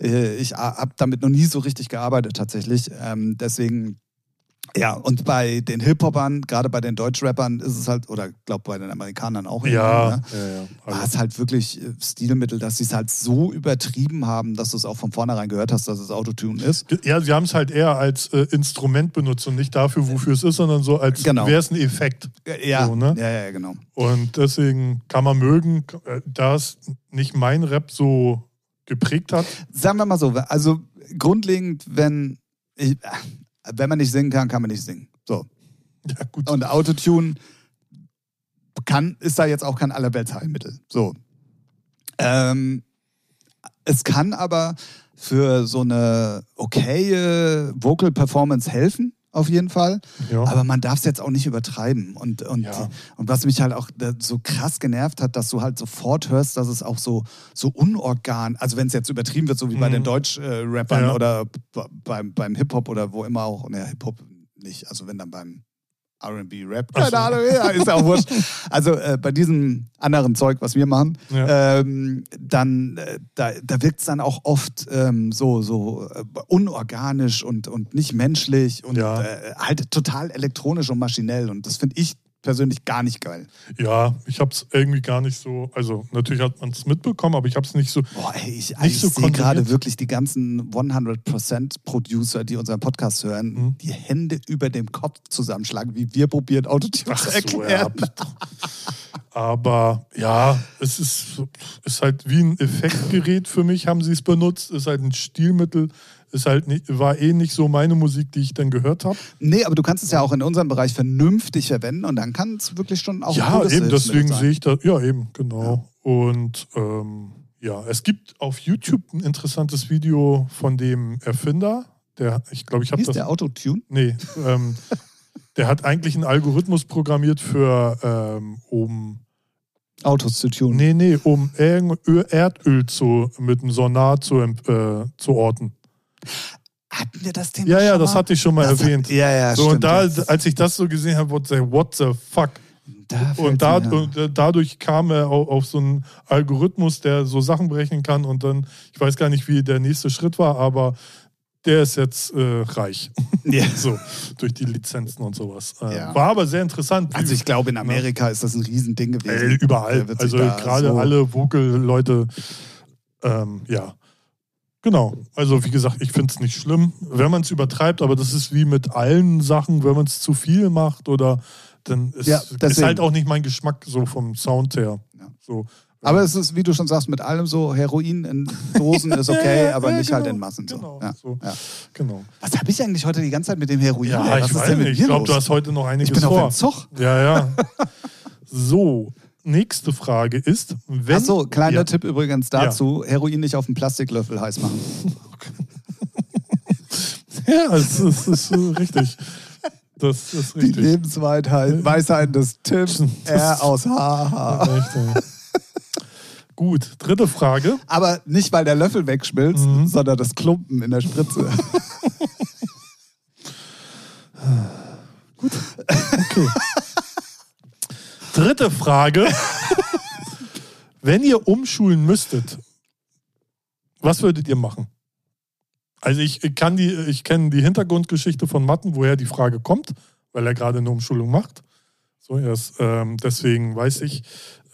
Äh, Ich habe damit noch nie so richtig gearbeitet tatsächlich, ähm, deswegen, ja, und bei den Hip-Hopern, gerade bei den Deutschrappern ist es halt, oder glaube bei den Amerikanern auch, irgendwie, Ja, ne? ja, ja. war Also, es halt wirklich äh, Stilmittel, dass sie es halt so übertrieben haben, dass du es auch von vornherein gehört hast, dass es Autotune ist. ja, sie haben es halt eher als äh, Instrument benutzt und nicht dafür, wofür es ist, sondern so, als Genau. wäre es ein Effekt. Äh, Ja, So, ne? ja, ja, genau. Und deswegen kann man mögen, äh, da es nicht mein Rap so geprägt hat. sagen wir mal so, also grundlegend, wenn, ich, wenn man nicht singen kann, kann man nicht singen. So. Ja, gut. Und Autotune kann, ist da jetzt auch kein Allerweltsheilmittel. So. Ähm, es kann aber für so eine okaye Vocal Performance helfen, auf jeden Fall. ja. Aber man darf es jetzt auch nicht übertreiben. Und, und, Ja. und was mich halt auch da so krass genervt hat, dass du halt sofort hörst, dass es auch so, so unorgan, also wenn es jetzt übertrieben wird, so wie bei Mhm. den Deutsch-Rappern Ja. oder b- beim, beim Hip-Hop oder wo immer auch, ne, Hip-Hop nicht, also wenn dann beim RB-Rap, Ach so. keine Ahnung, ja, ist ja auch wurscht. Also äh, bei diesem anderen Zeug, was wir machen, Ja. ähm, dann äh, da, da wirkt es dann auch oft ähm, so, so äh, unorganisch und, und nicht menschlich und Ja. äh, halt total elektronisch und maschinell. Und das finde ich persönlich gar nicht geil. ja, ich habe es irgendwie gar nicht so, also natürlich hat man es mitbekommen, aber ich habe es nicht so, Boah, ey, ich, Nicht ich so sehe gerade kontrolliert. wirklich die ganzen 100% Producer, die unseren Podcast hören, Mhm. die Hände über dem Kopf zusammenschlagen, wie wir probieren, Autotune zu erklären. Aber ja, es ist, ist halt wie ein Effektgerät für mich, haben sie es benutzt. Ist halt ein Stilmittel. Ist halt nicht, war eh nicht so meine Musik, die ich dann gehört habe. Nee, aber du kannst es ja auch in unserem Bereich vernünftig verwenden und dann kann es wirklich schon auch ein ja, cooles eben, Hilfsmittel deswegen sein. sehe ich das. Ja, eben, genau. Und ähm, ja, es gibt auf YouTube ein interessantes Video von dem Erfinder. Der, ich glaube, ich habe Hieß das. der Autotune? Nee, ähm, der hat eigentlich einen Algorithmus programmiert für, ähm, um Autos zu tun. Nee, nee, um Erd- Ö- Erdöl zu, mit dem Sonar zu, emp- äh, zu orten. Hatten wir das Thema Ja, ja, schon das mal? hatte ich schon mal Das hat- erwähnt. Ja, ja, so, stimmt. und da, also, ja. als ich das so gesehen habe, wurde ich, what the fuck? Da Und, fällt's da, mir- und äh, dadurch kam er auf, auf so einen Algorithmus, der so Sachen berechnen kann und dann, ich weiß gar nicht, wie der nächste Schritt war, aber der ist jetzt äh, reich. ja. So, durch die Lizenzen und sowas. Äh, Ja. War aber sehr interessant. Also ich glaube, in Amerika ist das ein Riesending gewesen. Ey, überall. Der wird sich Also da gerade so- alle Vocal-Leute, ähm, ja. Genau. Also wie gesagt, ich finde es nicht schlimm, wenn man es übertreibt, aber das ist wie mit allen Sachen, wenn man es zu viel macht oder dann ist, Ja, ist deswegen. halt auch nicht mein Geschmack so vom Sound her. Ja. So. Aber es ist, wie du schon sagst, mit allem so, Heroin in Dosen ist okay, Ja, ja, aber ja, nicht halt genau, in Massen. So. Genau. Ja. So. Ja. genau. Was habe ich eigentlich heute die ganze Zeit mit dem Heroin? Ja, ey? Was ich ist weiß denn mit nicht. mir Ich glaube, los? du hast heute noch ich einiges bin auf vor. dem Zug. Ja, ja. so, nächste Frage ist, wenn. Achso, kleiner Ja. Tipp übrigens dazu, Heroin nicht auf dem Plastiklöffel heiß machen. Ja, es ist, es ist richtig. Das ist Die richtig. Lebensweisheit Weisheit des Tipps, R aus HH. Richtig. Gut, dritte Frage. Aber nicht, weil der Löffel wegschmilzt, Mhm. sondern das Klumpen in der Spritze. Okay. Dritte Frage. Wenn ihr umschulen müsstet, was würdet ihr machen? Also ich kann die, ich kenne die Hintergrundgeschichte von Matten, woher die Frage kommt, weil er gerade eine Umschulung macht. So erst, ähm, deswegen weiß ich,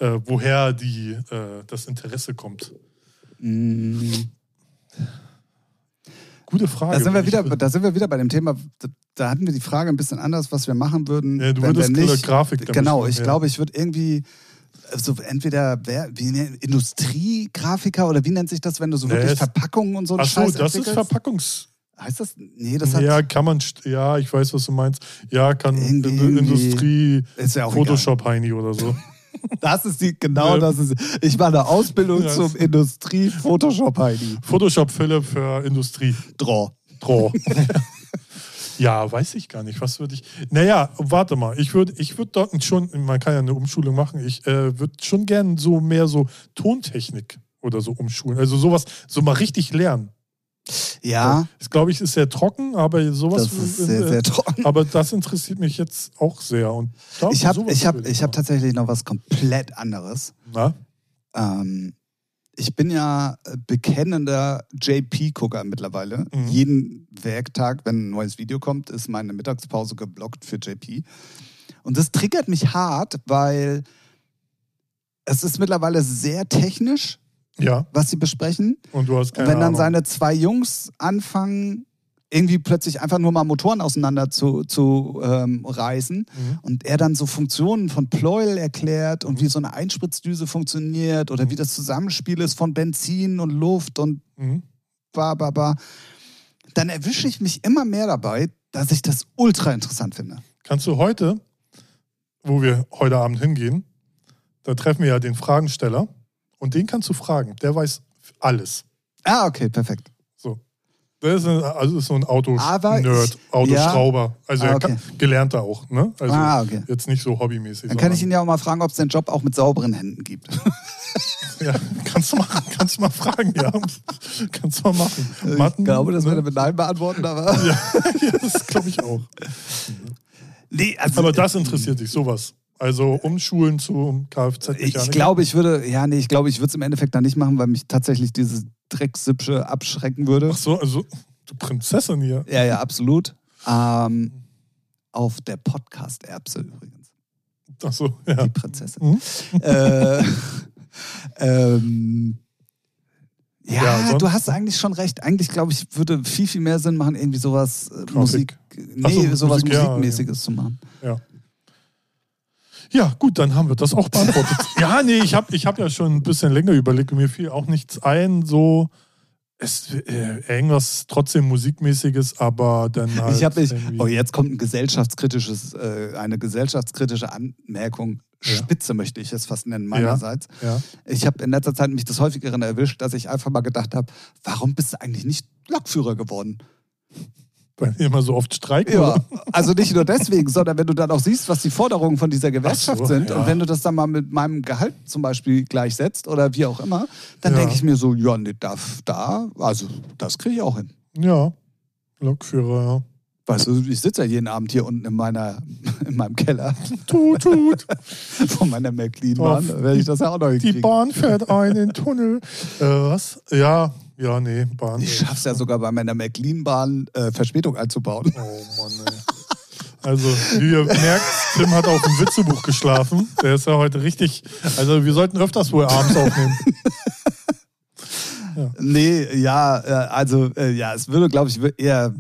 äh, woher die, äh, das Interesse kommt. Mm. Gute Frage. Da sind, wir Ich- wieder, da sind wir wieder bei dem Thema, da- da hatten wir die Frage ein bisschen anders, was wir machen würden. Ja, du wenn würdest wir eine Grafik damit Genau, machen, ich ja. glaube, ich würde irgendwie so entweder wer, wie, ne- Industriegrafiker oder wie nennt sich das, wenn du so Nee, wirklich es- Verpackungen und so einen Ach so, Scheiß das ist entwickelst? Verpackungs. heißt das? Nee, das hat ja, kann man. st- Ja, ich weiß, was du meinst. Ja, kann Irgendwie- Ind- Industrie ist ja auch Photoshop. Photoshop Heini oder so. Egal. Das ist die genau Ja. das ist. Ich war eine Ausbildung Ja, ist- zum Industrie Photoshop Heidi. Photoshop Philipp für Industrie. Draw. Draw. ja, weiß ich gar nicht. Was würde ich. Naja, warte mal. Ich würde ich würd dort schon, man kann ja eine Umschulung machen, ich äh, würde schon gern so mehr so Tontechnik oder so umschulen. Also sowas, so mal richtig lernen. Ja, Das glaube ich ist sehr trocken, aber sowas. das ist äh, sehr sehr trocken. aber das interessiert mich jetzt auch sehr. Und da- Ich habe sowas ich hab, würde ich hab machen. tatsächlich noch was komplett anderes. Na? Ähm, ich bin ja bekennender JP-Gucker mittlerweile. Mhm. Jeden Werktag, wenn ein neues Video kommt, ist meine Mittagspause geblockt für JP. Und das triggert mich hart, weil es ist mittlerweile sehr technisch, Ja, was sie besprechen. und du hast Und keine wenn dann Ahnung. seine zwei Jungs anfangen, irgendwie plötzlich einfach nur mal Motoren auseinander zu, zu ähm, reißen, Mhm. und er dann so Funktionen von Pleuel erklärt und wie so eine Einspritzdüse funktioniert oder wie das Zusammenspiel ist von Benzin und Luft und Mhm. ba, ba, ba. Dann erwische ich mich immer mehr dabei, dass ich das ultra interessant finde. Kannst du heute, wo wir heute Abend hingehen, da treffen wir ja den Fragensteller und den kannst du fragen. Der weiß alles. Ah, okay, perfekt. Der ist, ein, also ist so ein Aber Auto-Nerd, Autoschrauber. Also Ah, er okay. kann, gelernter auch. Ne? Also ah, okay. jetzt nicht so hobbymäßig. Dann kann ich ihn sondern- ja auch mal fragen, ob es den Job auch mit sauberen Händen gibt. ja, kannst, du mal, kannst du mal fragen, ja. kannst du mal machen. Matten, ich glaube, das ne? würde er mit Nein beantworten, aber. ja, das glaube ich auch. Nee, also, Aber das interessiert dich, sowas. Also umschulen zu um Ich, Kfz-Mechaniker. äh, ich glaube, ich würde, ja, nee, ich glaube, ich würde es im Endeffekt dann nicht machen, weil mich tatsächlich dieses Drecksipsche abschrecken würde. Ach so, also du Prinzessin hier. Ja, ja, absolut. Ähm, auf der Podcast-Erbse übrigens, Ach so, ja. die Prinzessin. Mhm. äh, ähm, ja, Ja, sonst- du hast eigentlich schon recht. Eigentlich, glaube ich, würde viel, viel mehr Sinn machen, irgendwie sowas äh, Musik, Grafik. Ach so, nee, sowas Musik, ja, ja. Musikmäßiges zu machen. Ja, gut, dann haben wir das auch beantwortet. ja, nee, ich habe ich hab ja schon ein bisschen länger überlegt und mir fiel auch nichts ein, so es, äh, irgendwas trotzdem musikmäßiges, aber dann halt Ich habe mich, irgendwie- oh, jetzt kommt ein gesellschaftskritisches, äh, eine gesellschaftskritische Anmerkung. Ja. Spitze möchte ich es fast nennen, Ja. meinerseits. ja. Ich habe in letzter Zeit mich des Häufigeren erwischt, dass ich einfach mal gedacht habe, warum bist du eigentlich nicht Lokführer geworden? Weil wir immer so oft streiken. Ja, oder? also nicht nur deswegen, sondern wenn du dann auch siehst, was die Forderungen von dieser Gewerkschaft Ach so, sind ja. und wenn du das dann mal mit meinem Gehalt zum Beispiel gleichsetzt oder wie auch immer, dann Ja. denke ich mir so, ja, nee, da, da also das kriege ich auch hin. Ja, Lokführer, Weißt du, ich sitze ja jeden Abend hier unten in, meiner, in meinem Keller ja. Tut, tut, von meiner McLean-Bahn, Auf da werde ich das ja auch noch Oh, die hinkriegen. Bahn fährt einen Tunnel. Äh, was? Ja, ja, nee, Bahn. Ich schaff's ja sogar bei meiner McLean-Bahn äh, Verspätung einzubauen. Oh Mann, ey. Also, wie ihr merkt, Tim hat auf dem Witzebuch geschlafen. Der ist ja heute richtig. Also, wir sollten öfters wohl abends aufnehmen. Nee, ja, äh, also äh, ja, es würde, glaube ich, wi- eher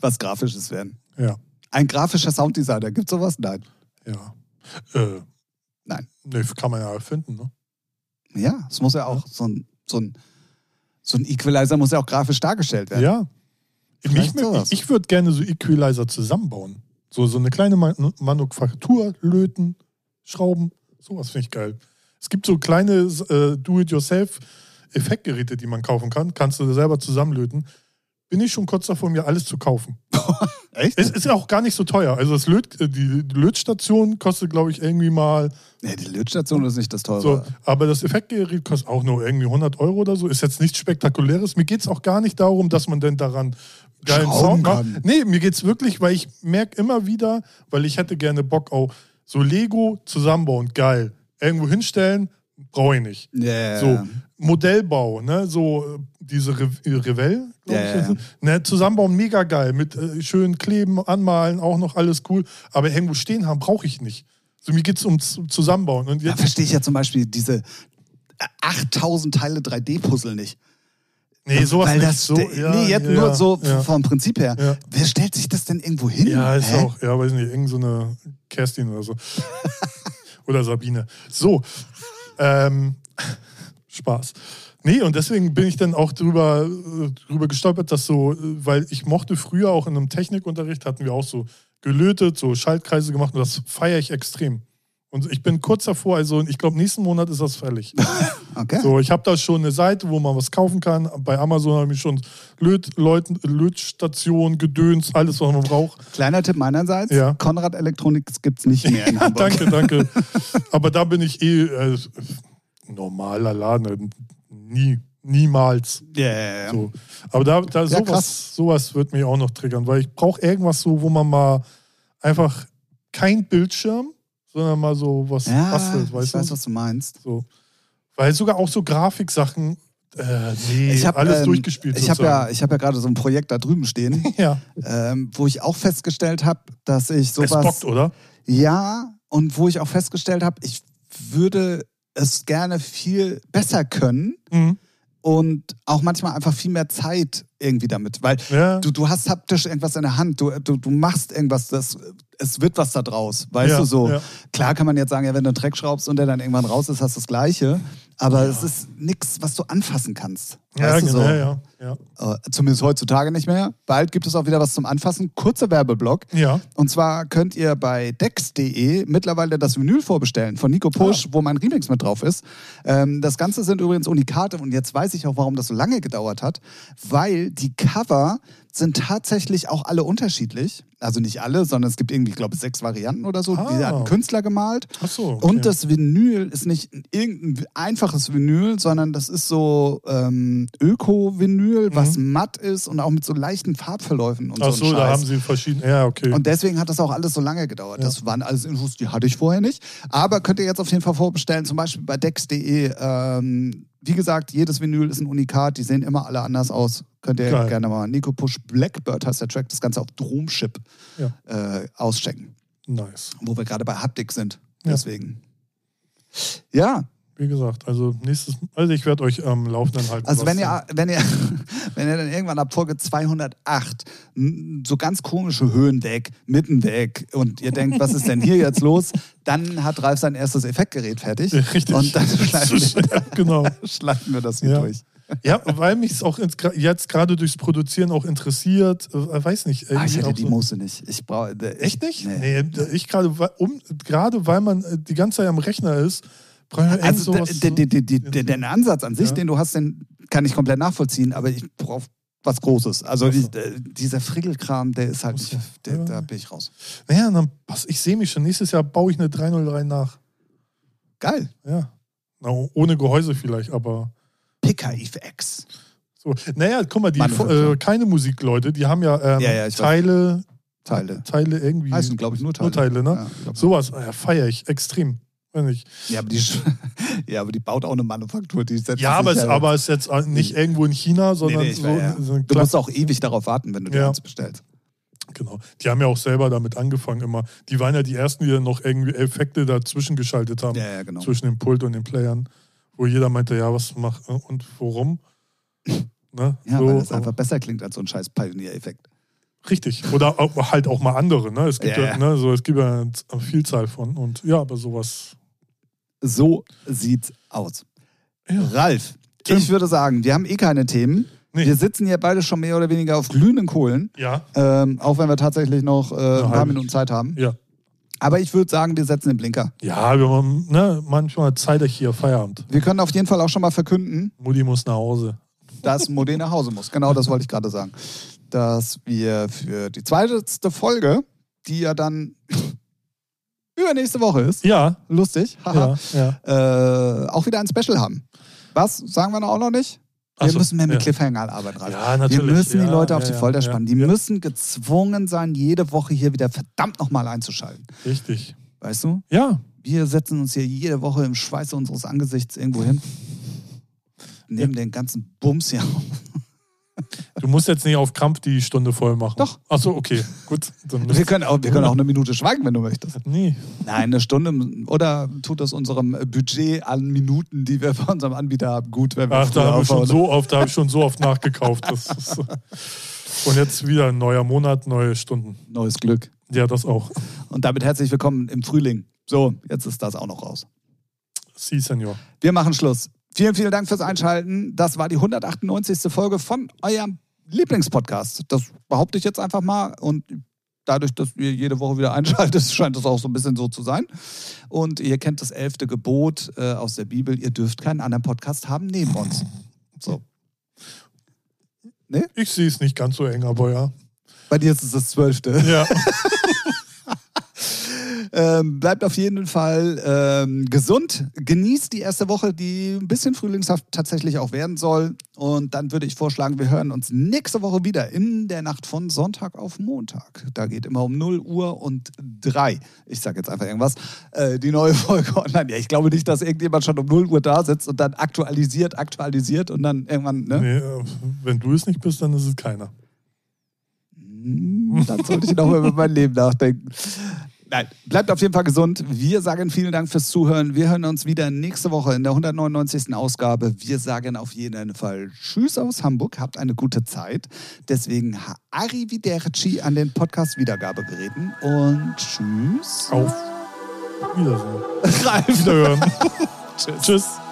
was Grafisches werden. Ja, Ein grafischer Sounddesigner, gibt's sowas? Nein. ja. Äh, Nein. Nee, kann man ja erfinden, ne? Ja, es muss ja auch so ein, so ein, so ein Equalizer muss ja auch grafisch dargestellt werden. Ja. Mich, Vielleicht sowas. ich würde gerne so Equalizer zusammenbauen. So, so eine kleine Man Manufaktur, Löten, Schrauben, sowas finde ich geil. Es gibt so kleine äh, Do-it-yourself-Effektgeräte, die man kaufen kann. Kannst du selber zusammenlöten. Bin ich schon kurz davor, mir alles zu kaufen. Echt? Es ist ja auch gar nicht so teuer. Also das Löt, äh, die die Lötstation kostet, glaube ich, irgendwie mal Ja, die Lötstation ist nicht das teure. so. Aber das Effektgerät kostet auch nur irgendwie 100 Euro oder so. Ist jetzt nichts Spektakuläres. Mir geht es auch gar nicht darum, dass man denn daran geilen Schrauben Sound macht. kann. Nee, mir geht es wirklich, weil ich merke immer wieder, weil ich hätte gerne Bock auf so Lego zusammenbauen, geil. Irgendwo hinstellen, brauche ich nicht. Ja, ja, So, ja. Modellbau, ne? so äh, diese Re Revell, glaube Ja, ich. ja, ja. Ne? Zusammenbauen, mega geil, mit äh, schön kleben, anmalen, auch noch alles cool. Aber irgendwo stehen haben, brauche ich nicht. So, mir geht es ums Zusammenbauen. Und Da jetzt, verstehe ich ja zum Beispiel diese 8000 Teile 3D-Puzzle nicht. nee, sowas Weil nicht. das, so, ja, nee, jetzt ja, nur so Ja, vom Prinzip her. Ja. Wer stellt sich das denn irgendwo hin? ja ist Hä? auch, ja, weiß nicht, irgend so eine Kerstin oder so. oder Sabine. So, Ähm, Spaß. Nee, und deswegen bin ich dann auch drüber, äh, drüber gestolpert, dass so, äh, weil ich mochte früher auch in einem Technikunterricht, hatten wir auch so gelötet, so Schaltkreise gemacht und das feiere ich extrem. Und ich bin kurz davor, also ich glaube, nächsten Monat ist das fällig. Okay. So, ich habe da schon eine Seite, wo man was kaufen kann. Bei Amazon habe ich schon Löt, Leuten, Lötstation, Gedöns, alles, was man braucht. Kleiner Tipp meinerseits: Ja. Konrad Elektronik gibt es nicht mehr in Hamburg. Danke, danke. Aber da bin ich eh äh, normaler Laden. äh, Nie, niemals. Ja, ja, ja. So. Aber da, da Ja, sowas, krass. sowas wird mich auch noch triggern, weil ich brauche irgendwas so, wo man mal einfach kein Bildschirm, sondern mal so was ja bastelt, ich weißt weiß, du? was du meinst. So. Weil sogar auch so Grafiksachen, äh, nee, Ich hab, alles ähm, durchgespielt. Ich habe ja, sozusagen. ich hab ja gerade so ein Projekt da drüben stehen, ja, ähm, wo ich auch festgestellt habe, dass ich es bockt, sowas. oder? Ja, und wo ich auch festgestellt habe, ich würde es gerne viel besser können Mhm. und auch manchmal einfach viel mehr Zeit irgendwie damit. Weil Ja. du, du hast haptisch irgendwas in der Hand, du, du, du machst irgendwas, das, es wird was da draus, weißt Ja, du so. ja. Klar kann man jetzt sagen, ja, wenn du einen Dreck schraubst und der dann irgendwann raus ist, hast du das Gleiche. Aber es ist nichts, was du anfassen kannst. ja, weißt genau, du so. ja, ja. Äh, Zumindest heutzutage nicht mehr. Bald gibt es auch wieder was zum Anfassen. Kurzer Werbeblock. Ja, Und zwar könnt ihr bei dex.de mittlerweile das Vinyl vorbestellen von Nico Pusch, Ah. wo mein Remix mit drauf ist. Ähm, das Ganze sind übrigens Unikate und jetzt weiß ich auch, warum das so lange gedauert hat, weil die Cover sind tatsächlich auch alle unterschiedlich. Also nicht alle, sondern es gibt irgendwie, ich glaube sechs Varianten oder so. Die Ah. hat ein Künstler gemalt. ach so. okay. Und das Vinyl ist nicht irgendein einfaches Vinyl, sondern das ist so ähm, Öko-Vinyl, was matt ist und auch mit so leichten Farbverläufen und Mhm. Ach so. einen so, da Scheiß. haben sie verschiedene. Ja, okay. Und deswegen hat das auch alles so lange gedauert. Das waren alles Infos, die hatte ich vorher nicht. Aber könnt ihr jetzt auf jeden Fall vorbestellen, zum Beispiel bei dex.de. Ähm, wie gesagt, jedes Vinyl ist ein Unikat, die sehen immer alle anders aus. Könnt ihr Geil. gerne mal. Nico Push Blackbird heißt der Track, das Ganze auf Drumship Ja. äh, auschecken, nice. wo wir gerade bei Haptik sind. Ja. Deswegen. Ja, Wie gesagt, also nächstes Also ich werde euch am Laufenden halten. Also was wenn da- ihr, wenn, ihr, wenn ihr dann irgendwann ab Folge 208 n- so ganz komische Höhen weg, mitten weg und ihr denkt, was ist denn hier jetzt los, dann hat Ralf sein erstes Effektgerät fertig Richtig. und dann schleifen wir, genau. schleifen wir das hier Ja. durch. Ja, weil mich es auch ins, gra- jetzt gerade durchs Produzieren auch interessiert. Äh, weiß nicht. Ah, ich irgendwie hätte auch die so- Muße nicht. Ich brauche Echt nicht? Nee. Nee, ich gerade, weil- um, gerade weil man äh, die ganze Zeit am Rechner ist, brauche ich irgend Also sowas. der, ne? der, der, der, der, der Ansatz an sich, Ja. den du hast, den kann ich komplett nachvollziehen, aber ich brauche was Großes. Also Ach so. ich, äh, dieser Frickelkram, der ist halt, Ach so. nicht, der, Ja. da bin ich raus. naja, dann pass, ich sehe mich schon. Nächstes Jahr baue ich eine 303 nach. Geil. Ja. Na, ohne Gehäuse vielleicht, aber. Picker FX. So. Naja, guck mal, die Manufaktur. äh, keine Musikleute, die haben ja, ähm, Ja, ja, ich weiß. Teile, Teile. Teile irgendwie. Heißen, glaube ich, nur Teile. Mhm. nur Teile, ne? Ja, ich glaub, Sowas äh, feiere ich extrem. Weiß nicht. ja, aber die, ja, aber die baut auch eine Manufaktur. Die setzt Ja, sich aber es, ja- aber es ist jetzt äh, nicht irgendwo in China, sondern nee, ich so, war- ja. so ein Du Kla- musst auch ewig darauf warten, wenn du dir Ja. eins bestellst. Genau. Die haben ja auch selber damit angefangen immer. Die waren ja die ersten, die dann noch irgendwie Effekte dazwischen geschaltet haben. Ja, ja, genau. Zwischen dem Pult und den Playern. Wo jeder meinte, ja, was macht und warum? Ne? Ja, so, weil das aber- einfach besser klingt als so ein scheiß Pioneer-Effekt. Richtig. Oder auch, halt auch mal andere. Ne? Es, gibt Ja, ja, ja. Ne? So, es gibt ja eine Vielzahl von. Und ja, aber sowas. So sieht's aus. Ja. Ralf, Tim. ich würde sagen, wir haben eh keine Themen. Nee. Wir sitzen hier beide schon mehr oder weniger auf glühenden Kohlen. Ja, Ähm, auch wenn wir tatsächlich noch äh, ein paar halbe. Minuten Zeit haben. ja. Aber ich würde sagen, wir setzen den Blinker. Ja, wir haben, ne? manchmal Zeit ich hier Feierabend. Wir können auf jeden Fall auch schon mal verkünden, Mutti muss nach Hause. dass Modé nach Hause muss. Genau das wollte ich gerade sagen. Dass wir für die zweite Folge, die ja dann übernächste Woche ist, Ja, lustig, haha, ja, ja. äh, auch wieder ein Special haben. Was sagen wir noch auch noch nicht? Ach Wir so, müssen mehr mit ja. Cliffhanger arbeiten. Ralf. Ja, natürlich. Wir müssen die Ja, Leute auf ja, die ja, Folter ja. spannen. Die Ja. müssen gezwungen sein, jede Woche hier wieder verdammt nochmal einzuschalten. Richtig. Weißt du? Ja, Wir setzen uns hier jede Woche im Schweiße unseres Angesichts irgendwo hin. Nehmen den ganzen Bums hier auf. Du musst jetzt nicht auf Krampf die Stunde voll machen. Doch. Ach so, okay. Gut. Dann Wir können, auch, wir können auch eine Minute schweigen, wenn du möchtest. nee. Nein, eine Stunde oder tut das unserem Budget an Minuten, die wir von unserem Anbieter haben, gut, wenn wir Ach, da früher habe ich schon aufhören. so oft, da hab ich schon so oft nachgekauft. Das ist, und jetzt wieder ein neuer Monat, neue Stunden. Neues Glück. Ja, das auch. Und damit herzlich willkommen im Frühling. So, jetzt ist das auch noch raus. Sie, Senor. Wir machen Schluss. Vielen, vielen Dank fürs Einschalten. Das war die 198. Folge von eurem Lieblingspodcast. Das behaupte ich jetzt einfach mal. Und dadurch, dass ihr jede Woche wieder einschaltet, scheint das auch so ein bisschen so zu sein. Und ihr kennt das elfte Gebot äh, aus der Bibel. Ihr dürft keinen anderen Podcast haben neben uns. So. Ich sehe es nicht ganz so eng, aber ja. Bei dir ist es das zwölfte. Ja, Ähm, bleibt auf jeden Fall ähm, gesund. Genießt die erste Woche, die ein bisschen frühlingshaft tatsächlich auch werden soll. Und dann würde ich vorschlagen, wir hören uns nächste Woche wieder in der Nacht von Sonntag auf Montag. Da geht immer um 0 Uhr und 3. Ich sage jetzt einfach irgendwas. Äh, die neue Folge online. Ja, ich glaube nicht, dass irgendjemand schon um 0 Uhr da sitzt und dann aktualisiert, aktualisiert und dann irgendwann, ne? nee, äh, wenn du es nicht bist, dann ist es keiner. Hm, Dann sollte ich nochmal über mein Leben nachdenken. Nein, bleibt auf jeden Fall gesund. Wir sagen vielen Dank fürs Zuhören. Wir hören uns wieder nächste Woche in der 199. Ausgabe. Wir sagen auf jeden Fall Tschüss aus Hamburg. Habt eine gute Zeit. Deswegen ha- Arrivederci an den Podcast-Wiedergabegeräten und Tschüss. Auf Wiedersehen. Ralf. Wiederhören. Tschüss. Tschüss.